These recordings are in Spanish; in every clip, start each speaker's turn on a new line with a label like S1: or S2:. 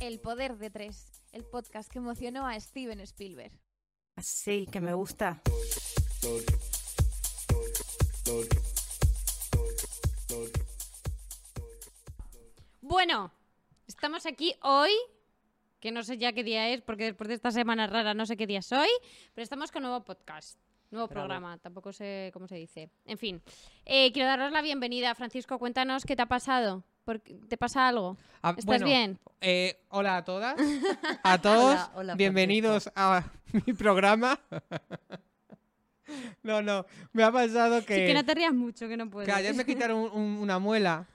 S1: El poder de tres, el podcast que emocionó a Steven Spielberg.
S2: Sí, que me gusta.
S3: Bueno, estamos aquí hoy, que no sé ya qué día es, porque después de esta semana rara no sé qué día soy, pero estamos con nuevo podcast. Nuevo
S2: Bravo.
S3: programa, tampoco sé cómo se dice. En fin, eh, quiero daros la bienvenida. Francisco, cuéntanos qué te ha pasado. ¿Por qué- ¿Te pasa algo?
S4: Ah,
S3: ¿Estás
S4: bueno,
S3: bien?
S4: eh, hola a todas, a todos,
S2: Hola, hola,
S4: bienvenidos a mi programa. no, no, me ha pasado que,
S3: Sí, que no te rías mucho, que no puedes.
S4: que ayer me quitaron un- un- una muela.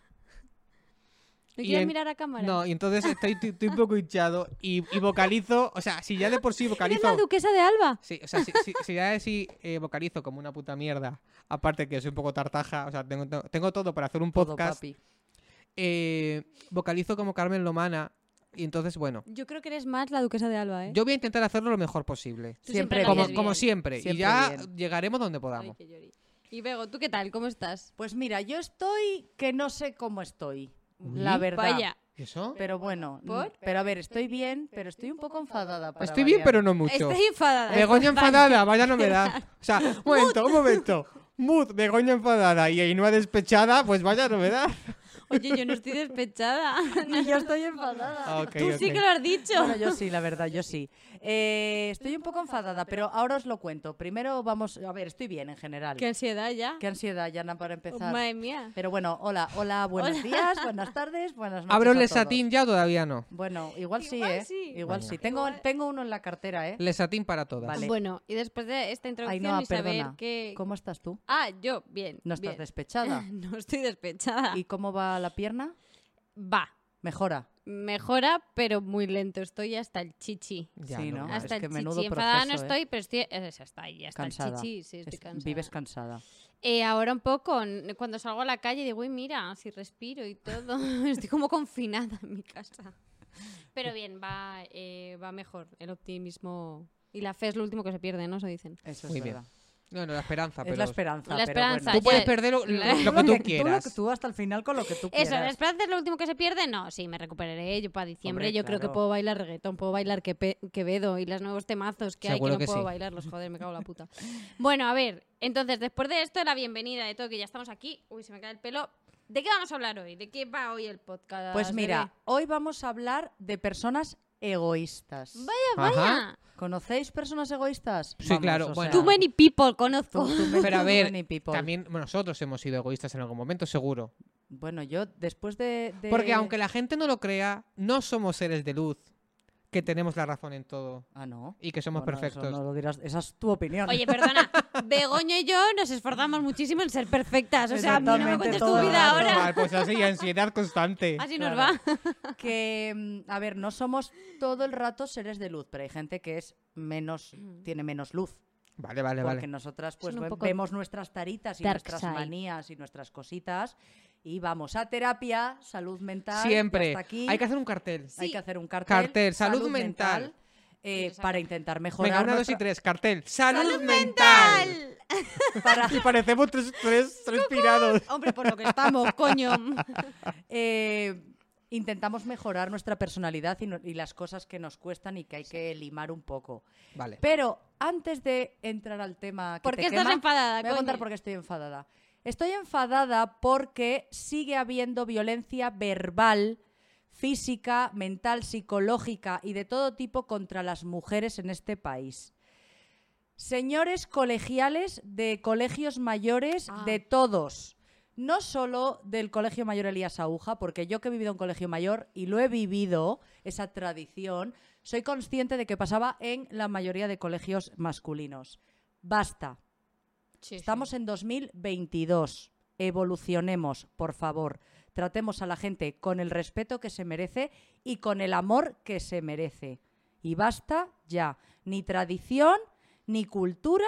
S3: ¿No
S4: y
S3: quieres
S4: en-
S3: mirar a cámara?
S4: No, y entonces estoy, estoy- estoy un poco hinchado y, y vocalizo, o sea, si ya de por sí
S3: ¿Eres la
S4: vocalizo...
S3: duquesa de Alba?
S4: Sí, o sea, si, si- si ya de sí eh, vocalizo como una puta mierda, aparte que soy un poco tartaja, o sea, tengo, tengo- tengo todo para hacer un
S2: Todo,
S4: podcast,
S2: papi.
S4: eh, vocalizo como Carmen Lomana y entonces, bueno,
S3: Yo creo que eres más la duquesa de Alba, ¿eh?
S4: yo voy a intentar hacerlo lo mejor posible.
S3: Tú
S2: Siempre
S3: lo
S2: bien.
S4: como,
S3: haces
S4: como
S3: bien.
S4: siempre.
S2: Siempre
S4: y ya
S2: bien.
S4: llegaremos donde
S3: Ay,
S4: podamos.
S3: que llorí. Y Bego, ¿tú qué tal? ¿Cómo estás?
S2: Pues mira, yo estoy que no sé cómo estoy, la verdad.
S3: Vaya.
S4: ¿Y ¿Eso?
S2: Pero bueno,
S3: ¿Por?
S2: n- pero a ver, estoy bien, pero estoy un poco enfadada. para
S4: Estoy bien,
S2: variar.
S4: pero no mucho.
S3: Estoy enfadada.
S4: Begoña
S3: Vale.
S4: enfadada, vaya novedad. O sea, un momento, un momento. Mood, Begoña enfadada y Ainhoa despechada, pues vaya novedad.
S3: Oye, yo no estoy despechada.
S2: Y yo estoy enfadada.
S4: Ah, ok,
S3: Tú sí
S4: ok.
S3: que lo has dicho.
S2: Bueno, yo sí, la verdad, yo sí. Eh, estoy un poco enfadada, pero ahora os lo cuento. Primero vamos, a ver, estoy bien en general.
S3: Qué ansiedad ya.
S2: Qué ansiedad, Yana, para empezar.
S3: Madre mía.
S2: Pero bueno, hola, hola, buenos días, buenas tardes, buenas noches.
S4: ¿Abro el
S2: a todos.
S4: Lesatín ya o todavía no?
S2: Bueno, igual sí,
S3: Igual
S2: ¿eh?
S3: sí.
S2: Igual
S4: Venga.
S2: sí. Tengo, tengo uno en la cartera, ¿eh?
S4: Lesatín para todas.
S2: Vale.
S3: Bueno, y después de esta
S2: Ay,
S3: introducción
S2: no,
S3: y saber
S2: perdona.
S3: que...
S2: ¿Cómo estás tú?
S3: Ah, yo, bien.
S2: ¿No estás
S3: bien.
S2: despechada?
S3: No estoy despechada.
S2: ¿Y cómo va la pierna?
S3: Va,
S2: Mejora.
S3: mejora, pero muy lento. Estoy hasta el chichi.
S4: Ya,
S2: Sí, ¿no?
S4: normal.
S2: Has-
S3: Hasta
S2: es que
S3: el
S2: menudo
S3: chichi. Enfadada no
S2: proceso, ¿eh?
S3: estoy, pero estoy es- hasta ahí, hasta
S2: Cansada.
S3: el chichi. Sí, estoy
S2: Es-
S3: cansada.
S2: Vives cansada.
S3: Eh, ahora un poco, n- cuando salgo a la calle digo, uy, mira, si respiro y todo. Estoy como confinada en mi casa. Pero bien, va, eh, va mejor. El optimismo y la fe es lo último que se pierde, ¿no? Eso dicen.
S2: Eso
S4: Muy
S2: es
S4: bien.
S2: verdad.
S4: No, no, la esperanza.
S2: es
S4: pero
S2: la esperanza.
S3: La
S2: pero
S3: esperanza,
S2: bueno.
S4: Tú
S3: ya-
S4: puedes perder lo,
S3: la-
S4: lo
S2: Tú
S4: que
S2: lo
S4: tú
S2: que- tú lo
S4: quieras.
S2: que- tú hasta el final con lo que tú quieras.
S3: Eso, la esperanza es lo último que se pierde. No, sí, me recuperaré yo para diciembre.
S2: Hombre,
S3: yo creo
S2: claro.
S3: que puedo bailar reggaetón, puedo bailar Quepe- Quevedo y los nuevos temazos que
S4: Seguro
S3: hay que
S4: que
S3: no puedo
S4: sí.
S3: bailarlos. Joder, me cago en la puta. Bueno, a ver, entonces, después de esto, la bienvenida de todo, que ya estamos aquí. Uy, se me cae el pelo. ¿De qué vamos a hablar hoy? ¿De qué va hoy el podcast?
S2: Pues mira,
S3: bebé?
S2: hoy vamos a hablar de personas egoístas.
S3: Vaya,
S4: Ajá.
S3: vaya.
S2: ¿Conocéis personas egoístas?
S4: Sí, claro, bueno.
S3: Too many people conozco.
S2: Tú- tú me-
S4: Pero a
S2: tú
S4: ver,
S2: many people.
S4: también nosotros hemos sido egoístas en algún momento, seguro.
S2: Bueno, yo después de... de-
S4: Porque aunque la gente no lo crea, no somos seres de luz, que tenemos la razón en todo
S2: Ah, no.
S4: y que somos
S2: Bueno, eso
S4: perfectos.
S2: no lo dirás. Esa es tu opinión.
S3: Oye, perdona, Begoña y yo nos esforzamos muchísimo en ser perfectas. O sea, a mí no me
S2: Exactamente,
S3: cuentes tu
S2: todo el
S3: vida
S2: rato.
S3: ahora.
S4: Normal, pues así, ansiedad constante.
S3: Así
S2: Claro.
S3: nos va.
S2: que, mm, a ver, no somos todo el rato seres de luz, pero hay gente que es menos, tiene menos luz.
S4: Vale, vale,
S2: porque
S4: vale.
S2: nosotras pues
S3: Mm. Son un
S2: ve-
S3: poco
S2: vemos nuestras taritas y
S3: dark
S2: nuestras
S3: side.
S2: manías y nuestras cositas y vamos a terapia, salud mental. y
S4: Siempre.
S2: hasta aquí
S4: Hay que hacer un cartel.
S2: hay que hacer un cartel.
S4: Cartel, salud mental.
S2: eh,
S3: Y lo saca.
S2: para intentar mejorar
S4: Venga, una, dos y
S2: nuestra-
S4: tres. Cartel. ¡Salud, mental!
S2: para-
S4: Y parecemos tres, tres, tres pirados.
S3: Hombre, por lo que estamos, coño.
S2: eh, intentamos mejorar nuestra personalidad y, no- y las cosas que nos cuestan y que hay que limar un poco.
S4: Vale.
S2: Pero antes de entrar al tema que
S3: ¿Por
S2: te
S3: qué estás
S2: quema,
S3: enfadada,
S2: Voy a contar
S3: coño?
S2: por qué estoy enfadada. Estoy enfadada porque sigue habiendo violencia verbal, física, mental, psicológica y de todo tipo contra las mujeres en este país. Señores colegiales de colegios mayores
S3: Ah.
S2: de todos. No solo del Colegio Mayor Elías Aguja, porque yo que he vivido en Colegio Mayor y lo he vivido, esa tradición, soy consciente de que pasaba en la mayoría de colegios masculinos. Basta. Estamos en 2022. Evolucionemos, por favor. Tratemos a la gente con el respeto que se merece y con el amor que se merece. Y basta ya. Ni tradición, ni cultura,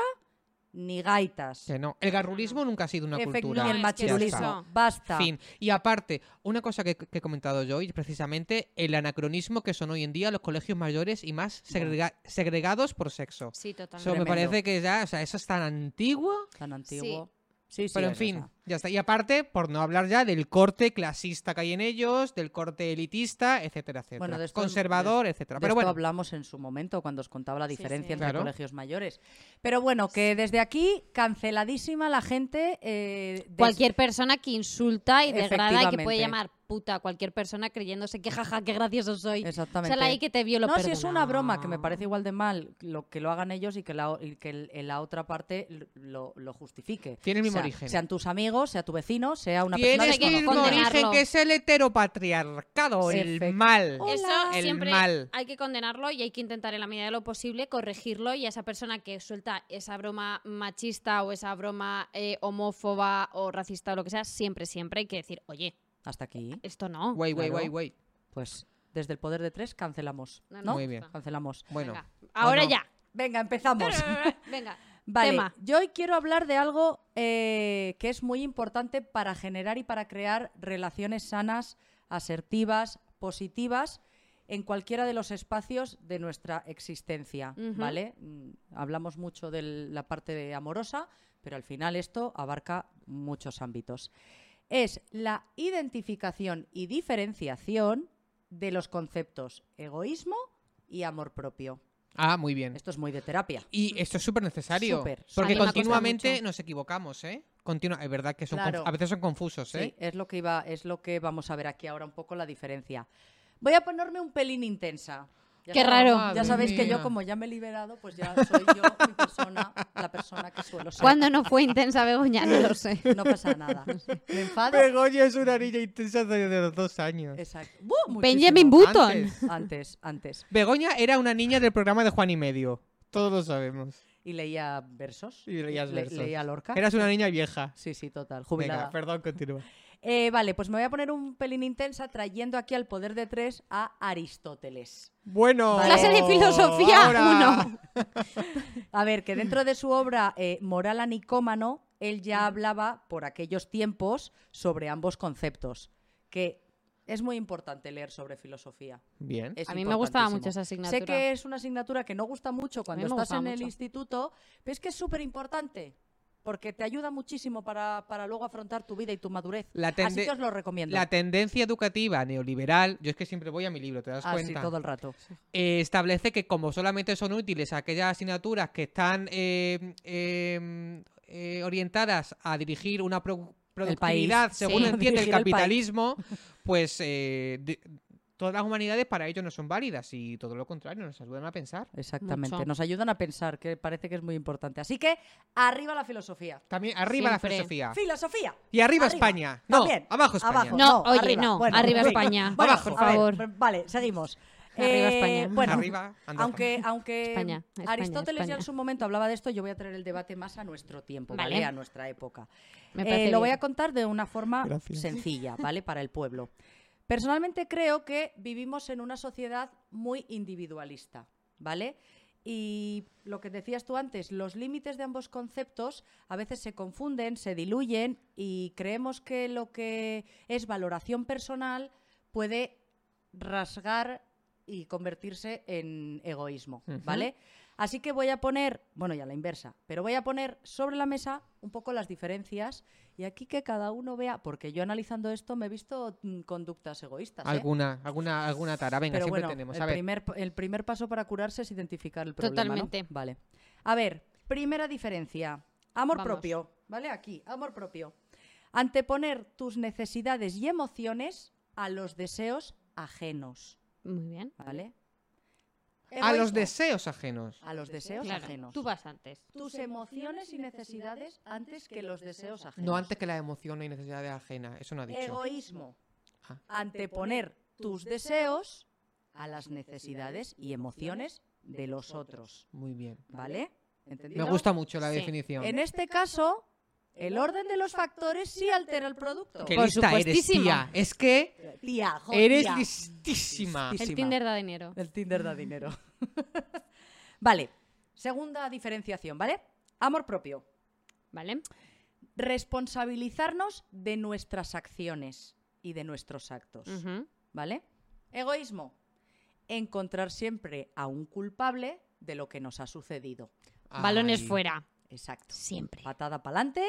S2: ni gaitas.
S4: Que no. El garrulismo nunca ha sido una
S2: Efe-
S4: cultura.
S2: ni
S3: No,
S2: el
S3: es que es
S2: machirulismo.
S3: eso.
S2: Basta.
S4: Fin. Y aparte, una cosa que, que he comentado yo hoy es precisamente el anacronismo que son hoy en día los colegios mayores y más segrega- segregados por sexo.
S3: Sí, totalmente.
S4: Eso me
S2: Tremendo.
S4: parece que ya, o sea, eso es tan antiguo.
S2: Tan antiguo. Sí, sí,
S4: Pero en
S2: es
S4: fin,
S2: esa.
S4: ya está. Y aparte, por no hablar ya del corte clasista que hay en ellos, del corte elitista, etcétera, etcétera.
S2: Bueno, de esto-
S4: Conservador, etcétera.
S2: De
S4: Pero
S2: esto
S4: bueno,
S2: hablamos en su momento cuando os contaba la
S3: Sí,
S2: diferencia
S3: sí.
S2: entre
S4: Claro.
S2: colegios mayores. Pero bueno, que desde aquí, canceladísima la gente. eh, de-
S3: Cualquier persona que insulta y degrada y que puede
S2: Efectivamente.
S3: llamar puta a cualquier persona creyéndose que jaja, qué gracioso soy.
S2: Exactamente.
S3: Sal ahí que te vio lo
S2: no, si es una broma, que me parece igual de mal lo que lo hagan ellos y que la, o- y que el- la otra parte lo, lo justifique.
S4: Tiene el mismo
S2: Sea-
S4: origen.
S2: Sean tus amigos, sea tu vecino, sea una persona
S4: tiene
S3: hay que
S4: el mismo
S3: condenarlo.
S4: origen que es el heteropatriarcado,
S2: Sí,
S4: el
S2: efect-
S4: mal.
S2: Oh,
S3: Eso
S2: Hola.
S4: El
S3: siempre
S4: mal.
S3: hay que condenarlo y hay que intentar en la medida de lo posible corregirlo y a esa persona que suelta esa broma machista o esa broma eh, homófoba o racista o lo que sea, siempre, siempre hay que decir, oye,
S2: Hasta aquí.
S3: esto no.
S4: Guay, guay,
S2: Claro.
S4: guay, guay.
S2: Pues desde el poder de tres cancelamos.
S3: No,
S2: No,
S3: no,
S4: Muy bien.
S3: está.
S2: Cancelamos.
S4: Bueno,
S3: Venga, ahora
S4: no.
S3: ya.
S2: Venga, empezamos.
S3: Venga.
S2: Vale,
S3: Tema.
S2: yo hoy quiero hablar de algo eh, que es muy importante para generar y para crear relaciones sanas, asertivas, positivas en cualquiera de los espacios de nuestra existencia,
S3: Ujú.
S2: ¿vale? Mm, Hablamos mucho de la parte de amorosa, pero al final esto abarca muchos ámbitos. Es la identificación y diferenciación de los conceptos egoísmo y amor propio.
S4: Ah, muy bien.
S2: Esto es muy de terapia.
S4: Y esto es súper necesario.
S2: Súper, súper.
S4: Porque
S3: A mí me ha costado
S4: continuamente
S3: mucho.
S4: nos equivocamos, ¿eh? Continua es verdad que son
S2: Claro.
S4: conf- a veces son confusos,
S2: Sí,
S4: ¿eh?
S2: es lo que iba, es lo que vamos a ver aquí ahora un poco la diferencia. Voy a ponerme un pelín intensa. Ya
S3: Qué
S2: sabéis-
S3: raro.
S2: Ya
S4: Madre
S2: sabéis que
S4: mía.
S2: yo como ya me he liberado, pues ya soy yo mi persona, la persona que suelo ser.
S3: ¿Cuándo no fue intensa Begoña? No lo sé.
S2: No pasa nada. Me enfado.
S4: Begoña es una niña intensa desde los dos años.
S2: Exacto. ¡Buh!
S3: Benjamin
S2: Muchísimo.
S3: Button.
S4: Antes.
S2: Antes, antes.
S4: Begoña era una niña del programa de Juan y Medio. Todos lo sabemos.
S2: Y leía versos.
S4: Y leías
S2: Le-
S4: versos.
S2: Leía Lorca.
S4: Eras una niña vieja.
S2: Sí, sí, total.
S4: Venga,
S2: Jubilada.
S4: perdón, continúa.
S2: Eh, vale, pues me voy a poner un pelín intensa trayendo aquí al poder de tres a Aristóteles.
S4: Bueno.
S3: Clase de filosofía
S4: ahora.
S3: uno.
S2: A ver, que dentro de su obra eh, Moral a Nicómano, él ya hablaba por aquellos tiempos sobre ambos conceptos, que es muy importante leer sobre filosofía.
S4: Bien.
S2: Es
S3: A mí me gustaba mucho esa
S2: importantísimo.
S3: asignatura.
S2: Sé que es una asignatura que no gusta mucho cuando
S3: me
S2: estás
S3: gustaba
S2: en el
S3: mucho.
S2: instituto, pero es que es súper importante. Porque te ayuda muchísimo para, para luego afrontar tu vida y tu madurez.
S4: La
S2: Así
S4: tende-
S2: que os lo recomiendo.
S4: La tendencia educativa neoliberal, yo es que siempre voy a mi libro, ¿te das
S2: Así
S4: cuenta?
S2: Ah, todo el rato.
S4: Eh, establece que como solamente son útiles aquellas asignaturas que están eh, eh, eh, orientadas a dirigir una pro-
S2: El país.
S4: productividad, según
S3: Sí.
S4: entiende el
S2: Dirigir el país.
S4: capitalismo, pues eh, di- todas las humanidades para ellos no son válidas y todo lo contrario, nos ayudan a pensar.
S2: Exactamente.
S3: Mucho.
S2: Nos ayudan a pensar, que parece que es muy importante. Así que, arriba la filosofía.
S4: También arriba
S3: Siempre.
S4: la filosofía.
S2: Filosofía.
S4: Y arriba, España. No,
S2: También.
S4: abajo España.
S2: Abajo.
S3: No, oye,
S2: arriba.
S3: no,
S2: Bueno,
S3: arriba
S2: sí.
S3: España.
S2: Bueno,
S4: Abajo,
S2: a
S4: por
S2: ver,
S3: favor.
S2: v- vale, seguimos.
S3: Arriba
S2: Eh,
S3: España.
S2: bueno,
S4: Arriba, Andorra.
S2: Aunque, aunque
S3: España, España,
S2: Aristóteles ya
S3: España.
S2: en su momento hablaba de esto, yo voy a traer el debate más a nuestro tiempo,
S3: Vale.
S2: ¿vale? A nuestra época.
S3: Me
S2: Eh,
S3: parece
S2: lo voy
S3: bien.
S2: a contar de una forma
S4: Gracias.
S2: sencilla, ¿vale? Para el pueblo. Personalmente creo que vivimos en una sociedad muy individualista, ¿vale? Y lo que decías tú antes, los límites de ambos conceptos a veces se confunden, se diluyen y creemos que lo que es valoración personal puede rasgar y convertirse en egoísmo,
S4: Ujú.
S2: ¿vale? Así que voy a poner, bueno, ya la inversa, pero voy a poner sobre la mesa un poco las diferencias y aquí que cada uno vea, porque yo analizando esto me he visto mm, conductas egoístas. ¿eh?
S4: Alguna, alguna, alguna tara. Venga,
S2: pero
S4: siempre
S2: bueno,
S4: tenemos.
S2: el,
S4: A ver.
S2: Primer, pa- el primer paso para curarse es identificar el problema. ¿no?
S3: Totalmente.
S2: Vale. A ver, primera diferencia. Amor
S3: Vamos.
S2: propio, ¿vale? Aquí, amor propio. Anteponer tus necesidades y emociones a los deseos ajenos,
S3: Muy bien.
S2: ¿vale?
S4: A los
S2: Egoísmo.
S4: deseos ajenos.
S2: A los deseos
S3: Claro,
S2: ajenos.
S3: tú vas antes.
S2: Tus emociones y necesidades antes que los deseos ajenos.
S4: No antes que las emociones y necesidades ajenas. Eso no ha dicho.
S2: Egoísmo.
S4: Ah.
S2: Anteponer tus deseos a las necesidades y emociones de los otros,
S4: Muy bien.
S2: ¿vale?
S4: Me
S2: ¿Entendido?
S4: gusta mucho la
S3: Sí.
S4: definición.
S2: En este caso, el orden de los factores sí altera el producto.
S4: Qué
S3: Por
S4: lista eres,
S3: supuestísimo.
S4: tía. Es que
S2: Tía, jo,
S4: eres
S2: tía. Sí, sí.
S4: listísima.
S3: El
S2: Muchísima.
S3: Tinder da dinero.
S2: El Tinder da dinero. vale. Segunda diferenciación, ¿vale? Amor propio.
S3: ¿Vale?
S2: responsabilizarnos de nuestras acciones y de nuestros actos,
S3: Ujú.
S2: ¿vale? Egoísmo, encontrar siempre a un culpable de lo que nos ha sucedido.
S4: Ay,
S3: Balones fuera.
S2: Exacto.
S3: Siempre.
S2: Patada para adelante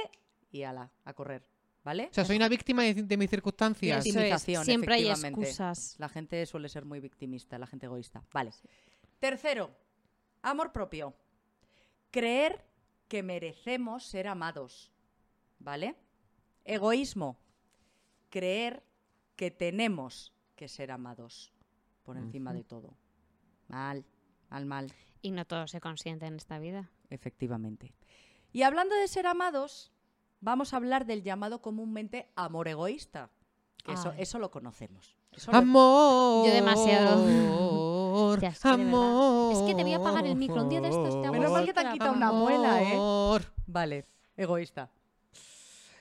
S2: y ala, a correr, ¿vale?
S4: O sea, soy una víctima de, de mis circunstancias.
S2: Sí, sí. victimización,
S3: Siempre hay
S2: efectivamente.
S3: excusas.
S2: La gente suele ser muy victimista, la gente egoísta. Vale. Tercero, amor propio. Creer que merecemos ser amados. ¿Vale? Egoísmo. Creer que tenemos que ser amados por encima de todo. Mal, mal, mal.
S3: Y no todo se consiente en esta vida.
S2: Efectivamente. Y hablando de ser amados, vamos a hablar del llamado comúnmente amor egoísta. Que eso,
S3: Ay.
S2: eso lo conocemos. Eso lo-
S4: Amor.
S3: Yo demasiado.
S4: Amor.
S3: Ya, es que de verdad. Es que te voy a apagar el micro un día de estos. te hago
S2: Menos mal que te han
S3: otra,
S2: quitado una
S3: vamos.
S2: muela, ¿eh?
S4: Amor.
S2: Vale, egoísta.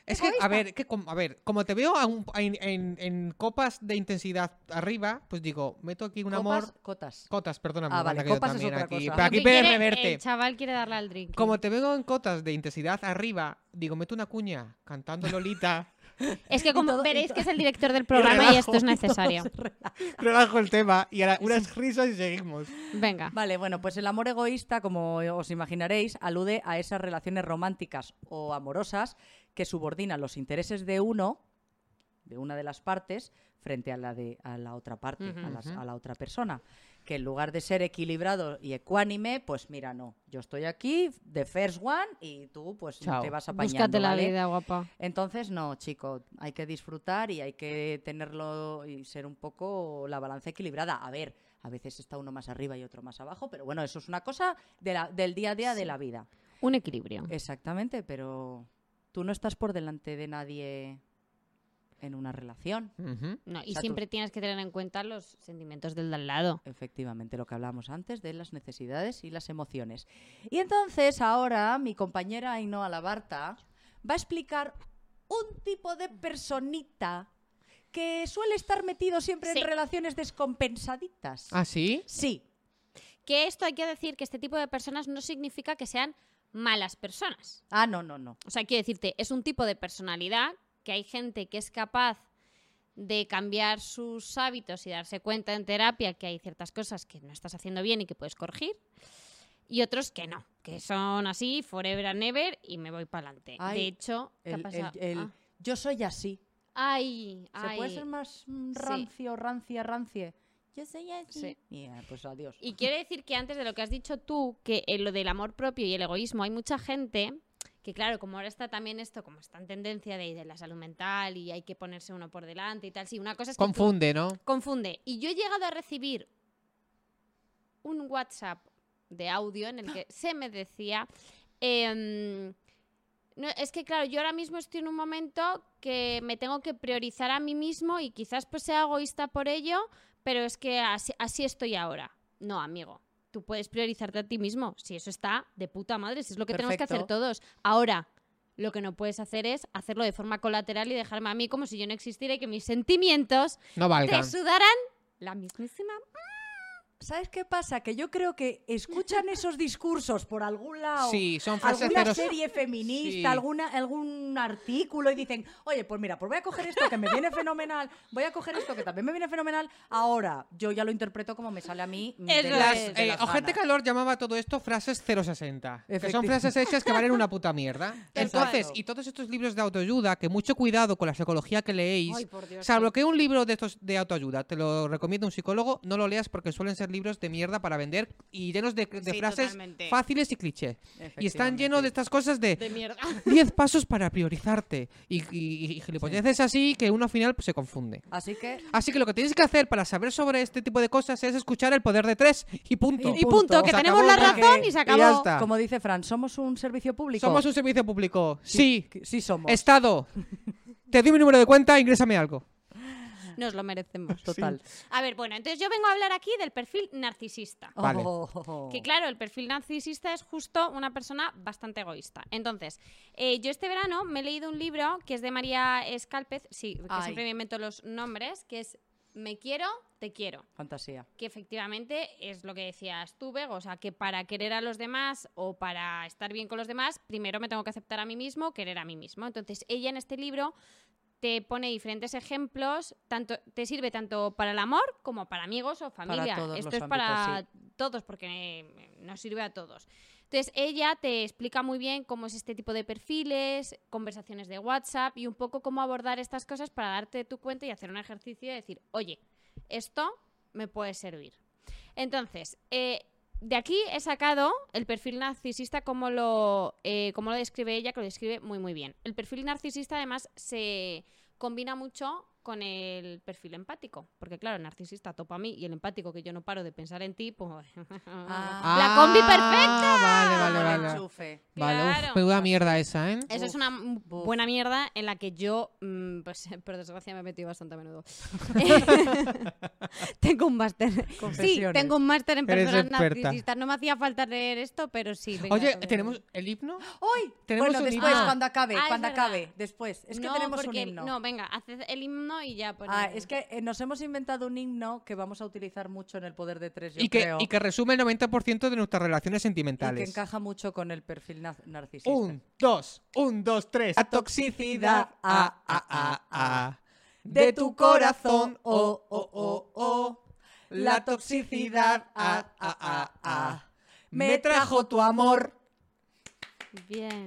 S4: Es que, a ver, que como, a ver, como te veo a un- en, en- en copas de intensidad arriba, pues digo, meto aquí un
S2: Copas,
S4: amor.
S2: cotas.
S4: Cotas, perdóname.
S2: Ah, vale,
S4: anda, que yo
S2: copas es
S4: también
S2: otra
S4: aquí.
S2: cosa.
S4: Pero aquí
S3: Porque
S4: puedes
S3: quiere-
S4: reverte.
S3: El chaval quiere darle al drink.
S4: Como te veo en cotas de intensidad arriba, digo, meto una cuña cantando Lolita.
S3: Es que como
S2: todo- y
S3: veréis
S2: to-
S3: que es el director del programa y
S4: relajo,
S3: esto es necesario.
S4: Relajo el tema y ahora unas risas y seguimos.
S3: Venga.
S2: Vale, bueno, pues el amor egoísta, como os imaginaréis, alude a esas relaciones románticas o amorosas que subordinan los intereses de uno, de una de las partes, frente a la de a la otra parte, a, las-
S4: Ujú.
S2: a la otra persona. Que en lugar de ser equilibrado y ecuánime, pues mira, no, yo estoy aquí, the first one, y tú pues
S4: Chao.
S2: te vas apañando,
S3: Búscate la
S2: ¿vale?
S3: vida, guapa.
S2: Entonces, no, chico, hay que disfrutar y hay que tenerlo y ser un poco la balanza equilibrada. A ver, a veces está uno más arriba y otro más abajo, pero bueno, eso es una cosa de la- del día a día de la vida.
S3: Un equilibrio.
S2: Eh, Exactamente, pero tú no estás por delante de nadie en una relación.
S4: Ujú.
S3: No, y
S2: sea, tú-
S3: siempre tienes que tener en cuenta los sentimientos del de al lado.
S2: Efectivamente, lo que hablábamos antes de las necesidades y las emociones. Y entonces ahora mi compañera Ainhoa Labarta va a explicar un tipo de personita que suele estar metido siempre
S3: Sí.
S2: en relaciones descompensaditas.
S4: ¿Ah, sí?
S2: Sí,
S3: Que esto hay que decir que este tipo de personas no significa que sean malas personas.
S2: ah, no, no, no.
S3: O sea, quiero decirte, es un tipo de personalidad que hay gente que es capaz de cambiar sus hábitos y darse cuenta en terapia que hay ciertas cosas que no estás haciendo bien y que puedes corregir, y otros que no, que son así, forever and ever, y me voy para adelante.
S2: Ay,
S3: De hecho, ¿qué ha
S2: El-
S3: pasado?
S2: el- el-
S3: Ah.
S2: Yo soy así.
S3: Ay,
S2: ¿Se
S3: ay.
S2: puede ser más mm,
S3: Sí.
S2: rancio, rancia, rancie? Yo soy así.
S3: Sí.
S2: Mira, pues adiós.
S3: Y quiero decir que antes de lo que has dicho tú, que en lo del amor propio y el egoísmo, hay mucha gente que, claro, como ahora está también esto, como está en tendencia de, de la salud mental y hay que ponerse uno por delante y tal, sí, una cosa es que tú-
S4: Confunde, ¿no?
S3: confunde. Y yo he llegado a recibir un WhatsApp de audio en el que se me decía, em, no, es que claro, yo ahora mismo estoy en un momento que me tengo que priorizar a mí mismo y quizás pues sea egoísta por ello, pero es que así, así estoy ahora. No, amigo. Tú puedes priorizarte a ti mismo, si eso está de puta madre, si es lo que tenemos que hacer
S2: Perfecto.
S3: todos. Ahora, lo que no puedes hacer es hacerlo de forma colateral y dejarme a mí como si yo no existiera y que mis sentimientos
S4: No
S3: te
S4: valgan.
S3: sudarán la mismísima.
S2: ¿Sabes qué pasa? Que yo creo que escuchan esos discursos por algún lado.
S4: Sí, son frases
S2: alguna
S4: cero-
S2: serie feminista,
S4: Sí.
S2: alguna, algún artículo y dicen, oye, pues mira, pues voy a coger esto que me viene fenomenal, voy a coger esto que también me viene fenomenal, ahora yo ya lo interpreto como me sale a mí. de
S3: Eso
S2: las-
S4: Las,
S3: es.
S2: de
S4: eh,
S2: las
S4: Ojete
S2: ganas.
S4: Calor llamaba a todo esto frases 060. Que son
S2: Efectivamente.
S4: frases hechas que valen una puta mierda.
S2: Tal cual.
S4: Entonces, y todos estos libros de autoayuda, que mucho cuidado con la psicología que leéis.
S3: Ay, por Dios,
S4: Salvo que un libro de estos de autoayuda te lo recomienda un psicólogo, no lo leas porque suelen ser libros de mierda para vender y llenos de, de
S3: Sí,
S4: frases
S3: totalmente.
S4: fáciles y clichés. Y están
S2: Efectivamente.
S4: llenos de estas cosas de
S3: De mierda.
S4: 10 pasos para priorizarte. Y, y, y gilipolleces así que uno al final pues, se confunde.
S2: Así que...
S4: Así que lo que tienes que hacer para saber sobre este tipo de cosas es escuchar el poder de tres y punto.
S2: Y punto,
S3: que
S4: Se
S3: tenemos
S4: acabó,
S3: la
S4: porque-
S3: razón y se acabó.
S4: ya está.
S2: Como dice Fran, somos un servicio público.
S4: Somos un servicio público. Sí.
S2: Que- Sí somos.
S4: Estado. Te doy mi número de cuenta, ingrésame algo.
S3: Nos lo merecemos.
S2: Total.
S3: A ver, bueno, entonces yo vengo a hablar aquí del perfil narcisista.
S4: Vale.
S2: Oh, oh, oh.
S3: Que claro, el perfil narcisista es justo una persona bastante egoísta. Entonces, eh, yo este verano me he leído un libro que es de María Escálpez, sí, que
S2: Ay.
S3: siempre me invento los nombres, que es Me quiero, te quiero.
S2: Fantasía.
S3: que efectivamente es lo que decías tú, Bego, o sea, que para querer a los demás o para estar bien con los demás, primero me tengo que aceptar a mí mismo, querer a mí mismo. Entonces, ella en este libro te pone diferentes ejemplos, tanto te sirve tanto para el amor como para amigos o familia.
S2: todos
S3: Esto
S2: los
S3: es para
S2: ámbitos,
S3: todos porque eh, nos sirve a todos. Entonces, Entonces ella te explica muy bien cómo es este tipo de perfiles, conversaciones de WhatsApp y un poco cómo abordar estas cosas para darte tu cuenta y hacer un ejercicio de decir, oye, esto me puede servir. Entonces, eh, de aquí he sacado el perfil narcisista como lo, eh, como lo describe ella, que lo describe muy muy bien. El perfil narcisista además se combina mucho con el perfil empático, porque claro, el narcisista topa a mí y el empático que yo no paro de pensar en ti, pues... La combi
S4: Ah.
S3: perfecta.
S4: Vale, vale,
S2: Con el
S4: vale.
S2: enchufe.
S4: Vale, uf,
S3: Claro.
S4: menuda mierda esa, ¿eh?
S3: Eso
S2: Uf,
S3: es una m-
S2: buf.
S3: buena mierda en la que yo, mm, pues, por desgracia, me he metido bastante a menudo. tengo un máster. Sí,
S2: Confesiones.
S3: tengo un máster en
S4: Eres
S3: personas
S4: experta.
S3: narcisistas. No me hacía falta leer esto, pero sí. venga,
S4: Oye,
S3: todo.
S4: ¿tenemos el himno?
S2: ¡Hoy!
S4: Tenemos
S2: bueno,
S4: un
S2: después,
S4: himno.
S2: cuando acabe,
S3: Ah, es
S2: cuando
S3: verdad.
S2: acabe, después. Es que
S3: No,
S2: tenemos
S3: porque-
S2: un himno.
S3: No, venga, haced el himno y ya. ponemos.
S2: Ah, es que eh, nos hemos inventado un himno que vamos a utilizar mucho en el poder de tres, yo
S4: Y que,
S2: creo.
S4: y que resume el 90% de nuestras relaciones
S2: y que
S4: sentimentales.
S2: encaja mucho con el perfil na- narcisista.
S4: Un, dos, un, dos, tres. La toxicidad, ah, ah, ah, ah. De tu corazón, oh, oh, oh, oh. La toxicidad, ah, ah, ah, ah. Me trajo tu amor.
S3: Bien.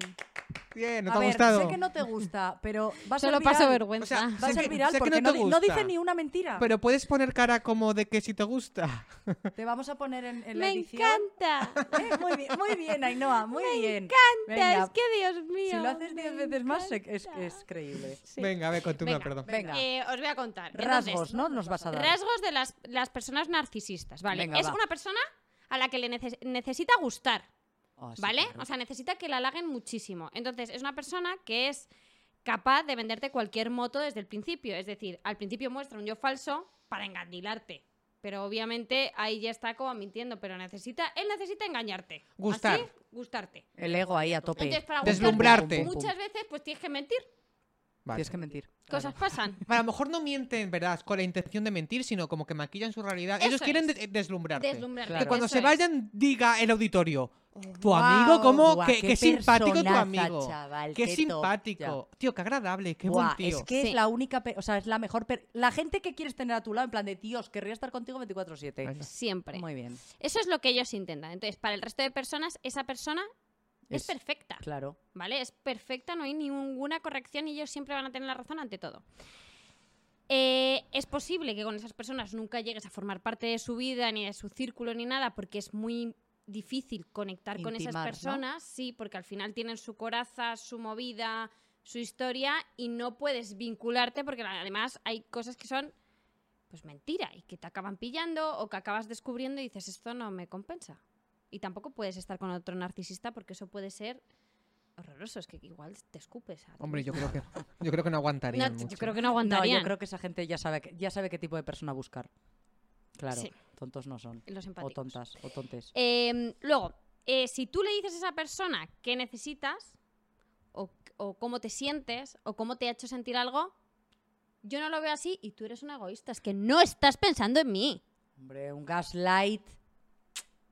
S4: Bien, ¿no
S2: a
S4: te ha
S2: ver,
S4: gustado?
S2: sé que no te gusta, pero va a ser
S3: Solo paso
S2: viral.
S3: vergüenza.
S4: O sea,
S2: Va a
S4: Sé
S2: ser
S4: que-
S2: viral
S4: sé que
S2: porque
S4: no
S2: no,
S4: te
S2: di- no
S4: gusta.
S2: dice ni una mentira.
S4: Pero puedes poner cara como de que si te gusta.
S2: Te vamos a poner en, en la
S3: ¡Me
S2: edición.
S3: encanta!
S2: Eh, muy bien, muy bien, Ainhoa, muy bien. Venga,
S3: es que Dios mío.
S2: si lo haces
S3: me
S2: diez veces más
S3: encanta.
S2: es, es creíble.
S3: Sí.
S4: Venga, a ver, continúa,
S3: Venga.
S4: perdón.
S2: Venga,
S3: Eh, os voy a contar. Entonces,
S2: rasgos, ¿no? Nos vas a dar.
S3: Rasgos de las, las personas narcisistas, ¿vale?
S2: Venga,
S3: es
S2: va.
S3: una persona a la que le neces- necesita gustar,
S2: Ah, sí,
S3: ¿vale?
S2: claro.
S3: O sea, necesita que la halaguen muchísimo. Entonces, es una persona que es capaz de venderte cualquier moto desde el principio. Es decir, al principio muestra un yo falso para engandilarte. Pero obviamente ahí ya está como mintiendo, pero necesita, él necesita engañarte.
S4: Gustar.
S3: Así, gustarte.
S2: El ego ahí a tope.
S3: Entonces, para
S4: Deslumbrarte.
S3: gustarte,
S4: Pum,
S3: muchas veces pues tienes que mentir.
S4: Vale.
S2: Tienes que mentir.
S3: Cosas pasan.
S4: A lo mejor no mienten, ¿verdad? Con la intención de mentir, sino como que maquillan su realidad. Ellos
S3: Eso
S4: quieren
S3: es.
S4: de- eh, deslumbrarte.
S3: Deslumbrarte.
S4: Que cuando
S3: Eso
S4: se
S3: es.
S4: vayan, diga el auditorio. Tu
S2: Guau,
S4: amigo, ¿cómo?
S2: guau,
S4: qué,
S2: qué
S4: qué simpático tu
S2: personaza,
S4: amigo.
S2: chaval,
S4: qué,
S2: qué top,
S4: simpático. Tío, qué agradable, qué
S2: Buah,
S4: buen tío.
S2: Es que es
S3: Sí.
S2: la única, pe- o sea, es la mejor, per- la gente que quieres tener a tu lado en plan de tíos, querría estar contigo 24/7.
S3: Siempre.
S2: Muy bien.
S3: Eso es lo que ellos intentan. Entonces, para el resto de personas, esa persona es,
S2: Es-
S3: perfecta,
S2: Claro.
S3: ¿vale? Es perfecta, no hay ninguna corrección y ellos siempre van a tener la razón ante todo. Eh, es posible que con esas personas nunca llegues a formar parte de su vida, ni de su círculo, ni nada, porque es muy difícil conectar con esas
S2: Intimar, ¿no?
S3: personas, sí, porque al final tienen su coraza, su movida, su historia, y no puedes vincularte porque la- además hay cosas que son pues mentira y que te acaban pillando o que acabas descubriendo y dices esto no me compensa. Y tampoco puedes estar con otro narcisista porque eso puede ser horroroso, es que igual te escupes. A ti
S4: Hombre, yo
S3: mismo.
S4: creo que, yo creo que no aguantaría.
S3: No, yo creo que no aguantarían.
S2: No, yo creo que esa gente ya sabe, que- ya sabe qué tipo de persona buscar. Claro,
S3: Sí.
S2: tontos no son.
S3: Los
S2: O
S3: empáticos.
S2: tontas, o tontes.
S3: Eh, luego, eh, si tú le dices a esa persona qué necesitas, o, o cómo te sientes, o cómo te ha hecho sentir algo, yo no lo veo así y tú eres un egoísta. Es que no estás pensando en mí.
S2: Hombre, un gaslight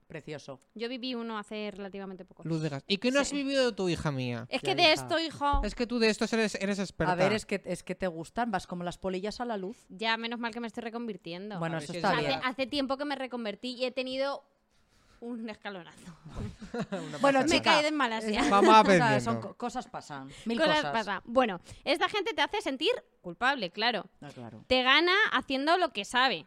S2: precioso.
S3: Yo viví uno hace relativamente poco.
S4: Luz de gas. ¿Y qué no has
S3: Sí.
S4: vivido tú, hija mía?
S3: Es
S2: Ya,
S3: que de
S2: hija.
S3: esto, hijo.
S4: Es que tú de estos eres, eres experta.
S2: A ver, es que, es que te gustan, vas como las polillas a la luz.
S3: Ya, menos mal que me estoy reconvirtiendo.
S2: Bueno,
S4: ver
S2: eso
S4: si es
S2: está
S4: verdad.
S3: hace,
S2: bien.
S3: hace tiempo que me reconvertí y he tenido un escalonazo.
S2: Bueno,
S3: Me
S2: chica,
S3: caí de malas ya.
S4: Vamos a
S2: o sea,
S4: aprendiendo.
S2: son co- cosas pasan. Mil
S3: Cosas
S2: cosas.
S3: pasan. Bueno, esta gente te hace sentir culpable, claro.
S2: Ah, claro.
S3: te gana haciendo lo que sabe.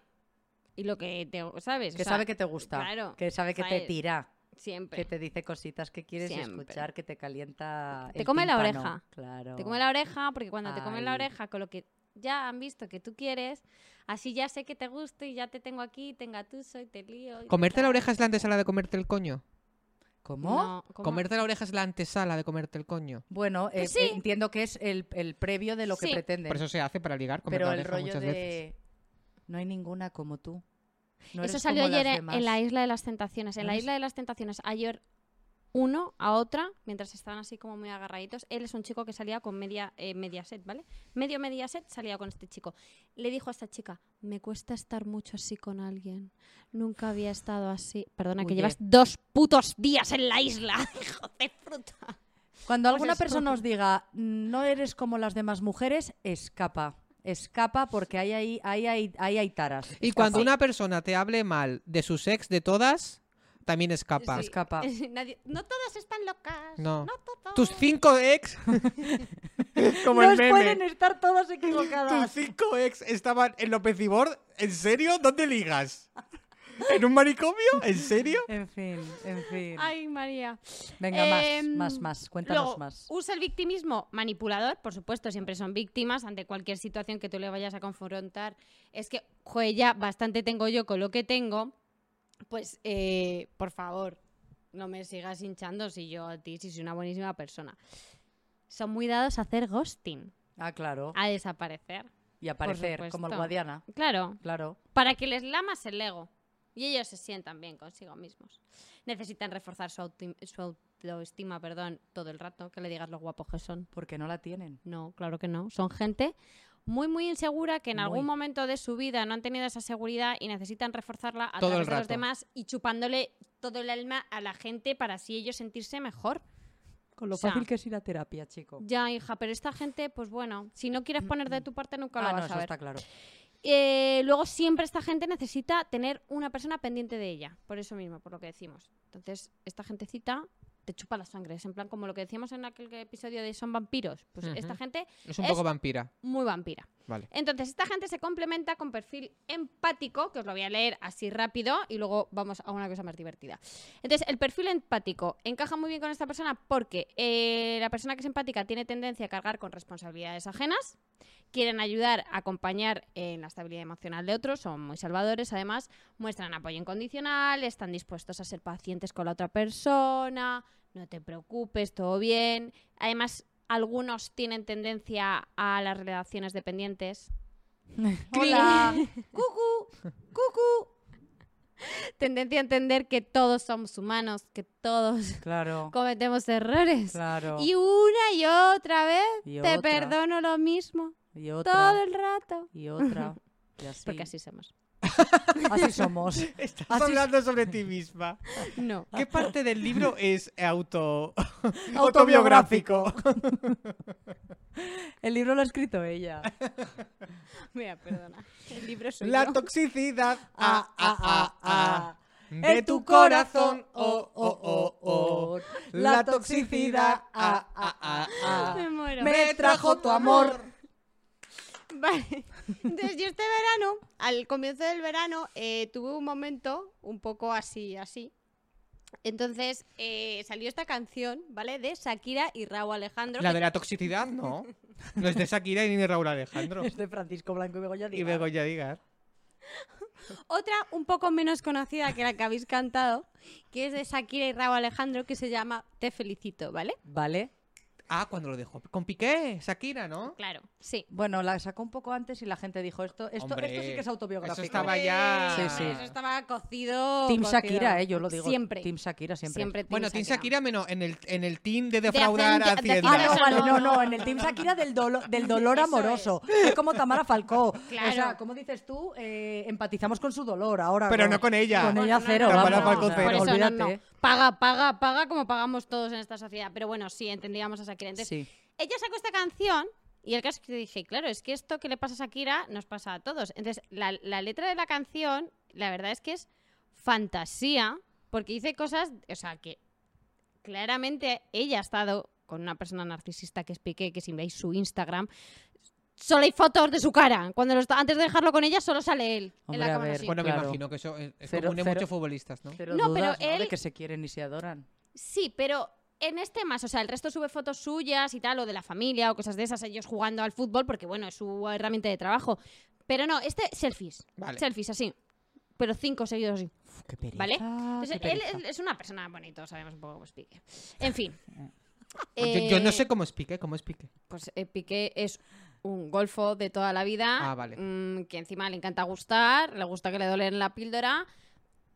S3: Y lo que te sabes. o
S2: Que
S3: sea,
S2: sabe que te gusta.
S3: claro,
S2: que sabe que te
S3: ¿sabes?
S2: tira.
S3: Siempre.
S2: Que te dice cositas que quieres
S3: Siempre.
S2: escuchar, que te calienta.
S3: Te
S2: el
S3: come la
S2: tímpano.
S3: oreja.
S2: Claro.
S3: Te come la oreja, porque cuando te comen la
S2: Ay.
S3: oreja con lo que ya han visto que tú quieres, así ya sé que te gusta y ya te tengo aquí, te engatuso y te lío. y
S4: ¿Comerte la
S3: tal.
S4: oreja es la antesala de comerte el coño?
S2: ¿Cómo?
S3: No, ¿cómo?
S4: Comerte la oreja es la antesala de comerte el coño.
S2: Bueno, eh,
S3: Pues sí.
S2: eh, entiendo que es el, el previo de lo que
S3: Sí.
S2: pretenden.
S4: Por eso se hace para ligar, comer
S2: pero
S4: la
S2: el
S4: oreja
S2: rollo
S4: muchas
S2: de
S4: veces.
S2: no hay ninguna como tú. No
S3: Eso
S2: eres
S3: salió
S2: como las
S3: ayer en,
S2: demás".
S3: en la Isla de las Tentaciones. En
S2: No
S3: la
S2: eres-
S3: Isla de las Tentaciones, ayer uno a otra, mientras estaban así como muy agarraditos, él es un chico que salía con media, eh, media set, ¿vale? Medio media set salía con este chico. Le dijo a esta chica, me cuesta estar mucho así con alguien. Nunca había estado así. Perdona, que
S2: Huye.
S3: llevas dos putos días en la isla, hijo de fruta.
S2: Cuando alguna
S3: pues eso.
S2: persona os diga "Mm, no eres como las demás mujeres, escapa. Escapa porque ahí hay, ahí hay, ahí hay taras.
S4: Y
S2: Escapa.
S4: cuando una persona te hable mal de su sex, de todas, también escapas.
S3: Sí.
S2: Escapa.
S3: Nadie- no todas están locas.
S4: No.
S3: todas.
S4: Tus cinco ex. Como
S2: Nos
S4: el meme.
S2: pueden estar todas
S4: Tus
S2: equivocadas.
S4: cinco ex estaban en Lopecibor. ¿En serio? ¿Dónde ligas? ¿En un manicomio? ¿En serio?
S2: En fin, en fin.
S3: Ay, María.
S2: Venga,
S3: Em,
S2: más, más, más. Cuéntanos
S3: Luego,
S2: más.
S3: Usa el victimismo manipulador, por supuesto, siempre son víctimas ante cualquier situación que tú le vayas a confrontar. Es que, joder, ya bastante tengo yo con lo que tengo. Pues, eh, por favor, no me sigas hinchando si yo a ti, si soy una buenísima persona. Son muy dados a hacer ghosting,
S2: Ah, claro.
S3: a desaparecer.
S2: Y aparecer, como el
S3: supuesto.
S2: Guadiana.
S3: Claro,
S2: Claro.
S3: para que les lamas el ego y ellos se sientan bien consigo mismos. Necesitan reforzar su, auti- su autoestima perdón, todo el rato, que le digas lo guapos que son.
S2: Porque no la tienen.
S3: No, claro que no. Son gente muy, muy insegura que en
S2: Muy.
S3: algún momento de su vida no han tenido esa seguridad y necesitan reforzarla a
S4: Todo
S3: través
S4: el
S3: de los
S4: rato.
S3: demás y chupándole todo el alma a la gente para así ellos sentirse mejor.
S2: Con lo
S3: O sea,
S2: fácil que es ir a terapia, chico.
S3: Ya, hija, pero esta gente, pues bueno, si no quieres poner de tu parte nunca
S2: Ah,
S3: la
S2: no,
S3: vas
S2: eso
S3: a ver.
S2: está claro.
S3: Eh, luego siempre esta gente necesita tener una persona pendiente de ella, por eso mismo, por lo que decimos. Entonces, esta gentecita te chupa la sangre, es en plan como lo que decíamos en aquel episodio de Son vampiros, pues esta
S4: Ujú.
S3: gente
S4: Es un
S3: Es-
S4: poco vampira.
S3: muy vampira.
S4: Vale.
S3: Entonces, esta gente se complementa con perfil empático, que os lo voy a leer así rápido y luego vamos a una cosa más divertida. Entonces, el perfil empático encaja muy bien con esta persona porque eh, la persona que es empática tiene tendencia a cargar con responsabilidades ajenas, quieren ayudar, acompañar en la estabilidad emocional de otros, son muy salvadores, además muestran apoyo incondicional, están dispuestos a ser pacientes con la otra persona, no te preocupes, todo bien. Además, algunos tienen tendencia a las relaciones dependientes,
S2: Hola.
S3: ¡Cucu! ¡Cucu! Tendencia a entender que todos somos humanos, que todos
S2: Claro.
S3: cometemos errores.
S2: Claro.
S3: Y una y otra vez
S2: Y
S3: te
S2: otra,
S3: perdono lo mismo
S2: Y otra.
S3: todo el rato.
S2: Y otra. Y así.
S3: Porque así somos.
S2: Así somos.
S4: Estás
S2: Así-
S4: hablando sobre ti misma.
S3: No.
S4: ¿Qué parte del libro es auto...
S2: Autobiográfico.
S4: autobiográfico?
S2: El libro lo ha escrito ella.
S3: Mira, perdona. El libro soy
S4: La
S3: yo.
S4: toxicidad ah, ah, ah, ah,
S2: En
S4: de tu corazón. Oh, oh, oh, oh. La toxicidad ah, ah, ah, ah,
S3: Me muero.
S2: Me trajo tu amor.
S3: Vale. Entonces yo este verano, al comienzo del verano, eh, tuve un momento un poco así, así. Entonces eh, salió esta canción, ¿vale? De Shakira y Raúl Alejandro.
S4: La
S3: que-
S4: de la toxicidad, no. No es de Shakira ni de Raúl Alejandro.
S2: Es de Francisco Blanco y Begoña
S4: Y
S2: Díaz.
S4: Begoña Digar.
S3: Otra un poco menos conocida que la que habéis cantado, que es de Shakira y Raúl Alejandro, que se llama Te felicito, ¿vale?
S2: Vale.
S4: Ah, cuando lo dejó. Con Piqué, Shakira, ¿no?
S3: Claro, sí.
S2: Bueno, la sacó un poco antes y la gente dijo esto. Esto,
S4: Hombre,
S2: esto sí que es autobiográfico.
S4: eso estaba ya.
S2: Sí, sí.
S3: Eso estaba cocido.
S2: Team
S3: cocido.
S2: Shakira, eh, yo lo digo.
S3: Siempre.
S2: Team Shakira siempre.
S3: Siempre Team
S4: Bueno, Team
S3: Shakira.
S4: Shakira menos en el, en el team de defraudar
S3: hacer-
S4: a
S3: de hacer
S4: Hacienda.
S2: Ah, no,
S3: Eso
S2: vale,
S3: no,
S2: no,
S3: no,
S2: no, en el Team Shakira del, dolo- del dolor
S3: Eso
S2: amoroso. Es como Tamara Falcó. O sea,
S3: Claro.
S2: como dices tú, eh, empatizamos con su dolor ahora.
S4: Pero no con ella.
S2: Con ella
S3: No, no,
S2: cero,
S3: no, no,
S4: Tamara
S2: vamos,
S4: Falcó
S2: o sea,
S4: cero.
S3: Por eso no,
S2: olvídate.
S3: no. Paga, paga, paga como pagamos todos en esta sociedad. Pero bueno, sí, entendíamos a Shakira. Entonces,
S2: Sí.
S3: ella sacó esta canción y el caso es que dije, claro, es que esto que le pasa a Shakira nos pasa a todos. Entonces, la, la letra de la canción, la verdad es que es fantasía, porque dice cosas, o sea, que claramente ella ha estado con una persona narcisista que es Piqué, que si veis su Instagram, solo hay fotos de su cara. Cuando lo está- antes de dejarlo con ella, solo sale él. en
S2: Hombre,
S3: la
S2: a
S3: cámara
S2: ver,
S3: así.
S4: Bueno,
S2: Claro.
S4: me imagino que eso es, es
S2: Cero,
S4: común en
S2: cero.
S4: muchos futbolistas, ¿no?
S2: Cero
S3: No, pero
S2: dudas, ¿no? De
S3: él-
S2: que se quieren y se adoran.
S3: Sí, pero en este más, o sea, el resto sube fotos suyas y tal, o de la familia, o cosas de esas, ellos jugando al fútbol, porque bueno, es su herramienta de trabajo. Pero no, este, selfies.
S4: Vale.
S3: Selfies, así. Pero cinco seguidos así,
S2: Uf, qué pereza.
S3: ¿vale?
S2: Ah, qué
S3: Entonces, él
S2: pereza.
S3: es- es una persona bonita, sabemos un poco cómo es Piqué. En fin. Eh,
S4: Yo, yo no sé cómo es Piqué, cómo es Piqué.
S3: Pues eh, Piqué es un golfo de toda la vida.
S4: Ah, vale.
S3: mm, que encima le encanta gustar, le gusta que le dolen la píldora.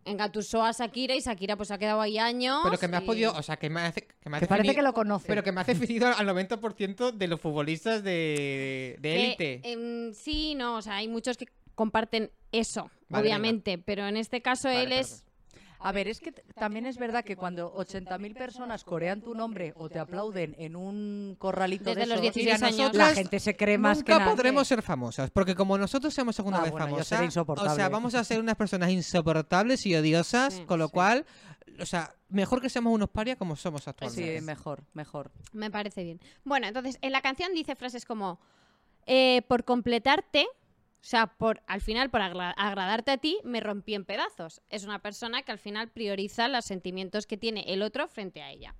S3: Engatusó a Shakira y Shakira pues ha quedado ahí años.
S4: Pero que me has
S3: y-
S4: podido, o sea, que me hace, que me has
S2: Que parece
S4: defini-
S2: que lo conoce.
S4: Pero que me has definido al 90% de los futbolistas de, de
S3: Que,
S4: élite.
S3: em, sí, no, o sea, hay muchos que comparten eso,
S4: Vale,
S3: obviamente, pero en este caso
S4: Vale,
S3: él es...
S4: perdón.
S2: A ver, es que t- también es verdad que cuando 80.000 personas corean tu nombre o te aplauden en un corralito
S3: Desde
S2: de
S3: los
S2: esos,
S3: 16
S2: la
S3: años.
S2: la gente se cree más que
S4: Nunca
S2: nada.
S4: podremos ser famosas, porque como nosotros seamos alguna
S2: Ah,
S4: vez
S2: bueno, yo
S4: famosas,
S2: seré
S4: o sea,
S2: insoportable.
S4: vamos a ser unas personas insoportables y odiosas,
S3: Sí,
S4: con lo
S2: sí.
S4: cual, o sea, mejor que seamos unos parias como somos actualmente.
S2: Sí, mejor, mejor.
S3: Me parece bien. Bueno, entonces, en la canción dice frases como, eh, por completarte, o sea, por, al final, por agra- agradarte a ti, me rompí en pedazos. Es una persona que al final prioriza los sentimientos que tiene el otro frente a ella.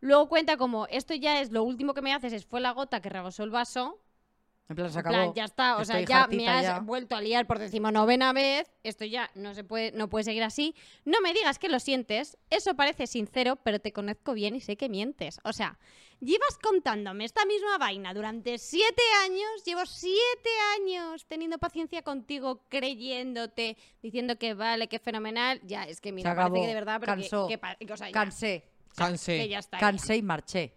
S3: Luego cuenta como, esto ya es lo último que me haces, es fue la gota que rebosó el vaso.
S2: En plan, se
S3: En
S2: acabó.
S3: plan, ya está, o sea,
S2: Estoy
S3: ya me
S2: hartita
S3: has
S2: ya.
S3: vuelto a liar por decimonovena vez. Esto ya no se puede, no puede seguir así. No me digas que lo sientes. Eso parece sincero, pero te conozco bien y sé que mientes. O sea, llevas contándome esta misma vaina durante siete años. Llevo siete años teniendo paciencia contigo, creyéndote, diciendo que vale, que fenomenal. Ya, es que mira, parece
S2: acabó.
S3: que de verdad, pero que-
S2: Cansó.
S3: que pa- o sea, ya,
S2: Cansé,
S4: Cansé.
S3: que ya está. ya.
S2: cansé y marché.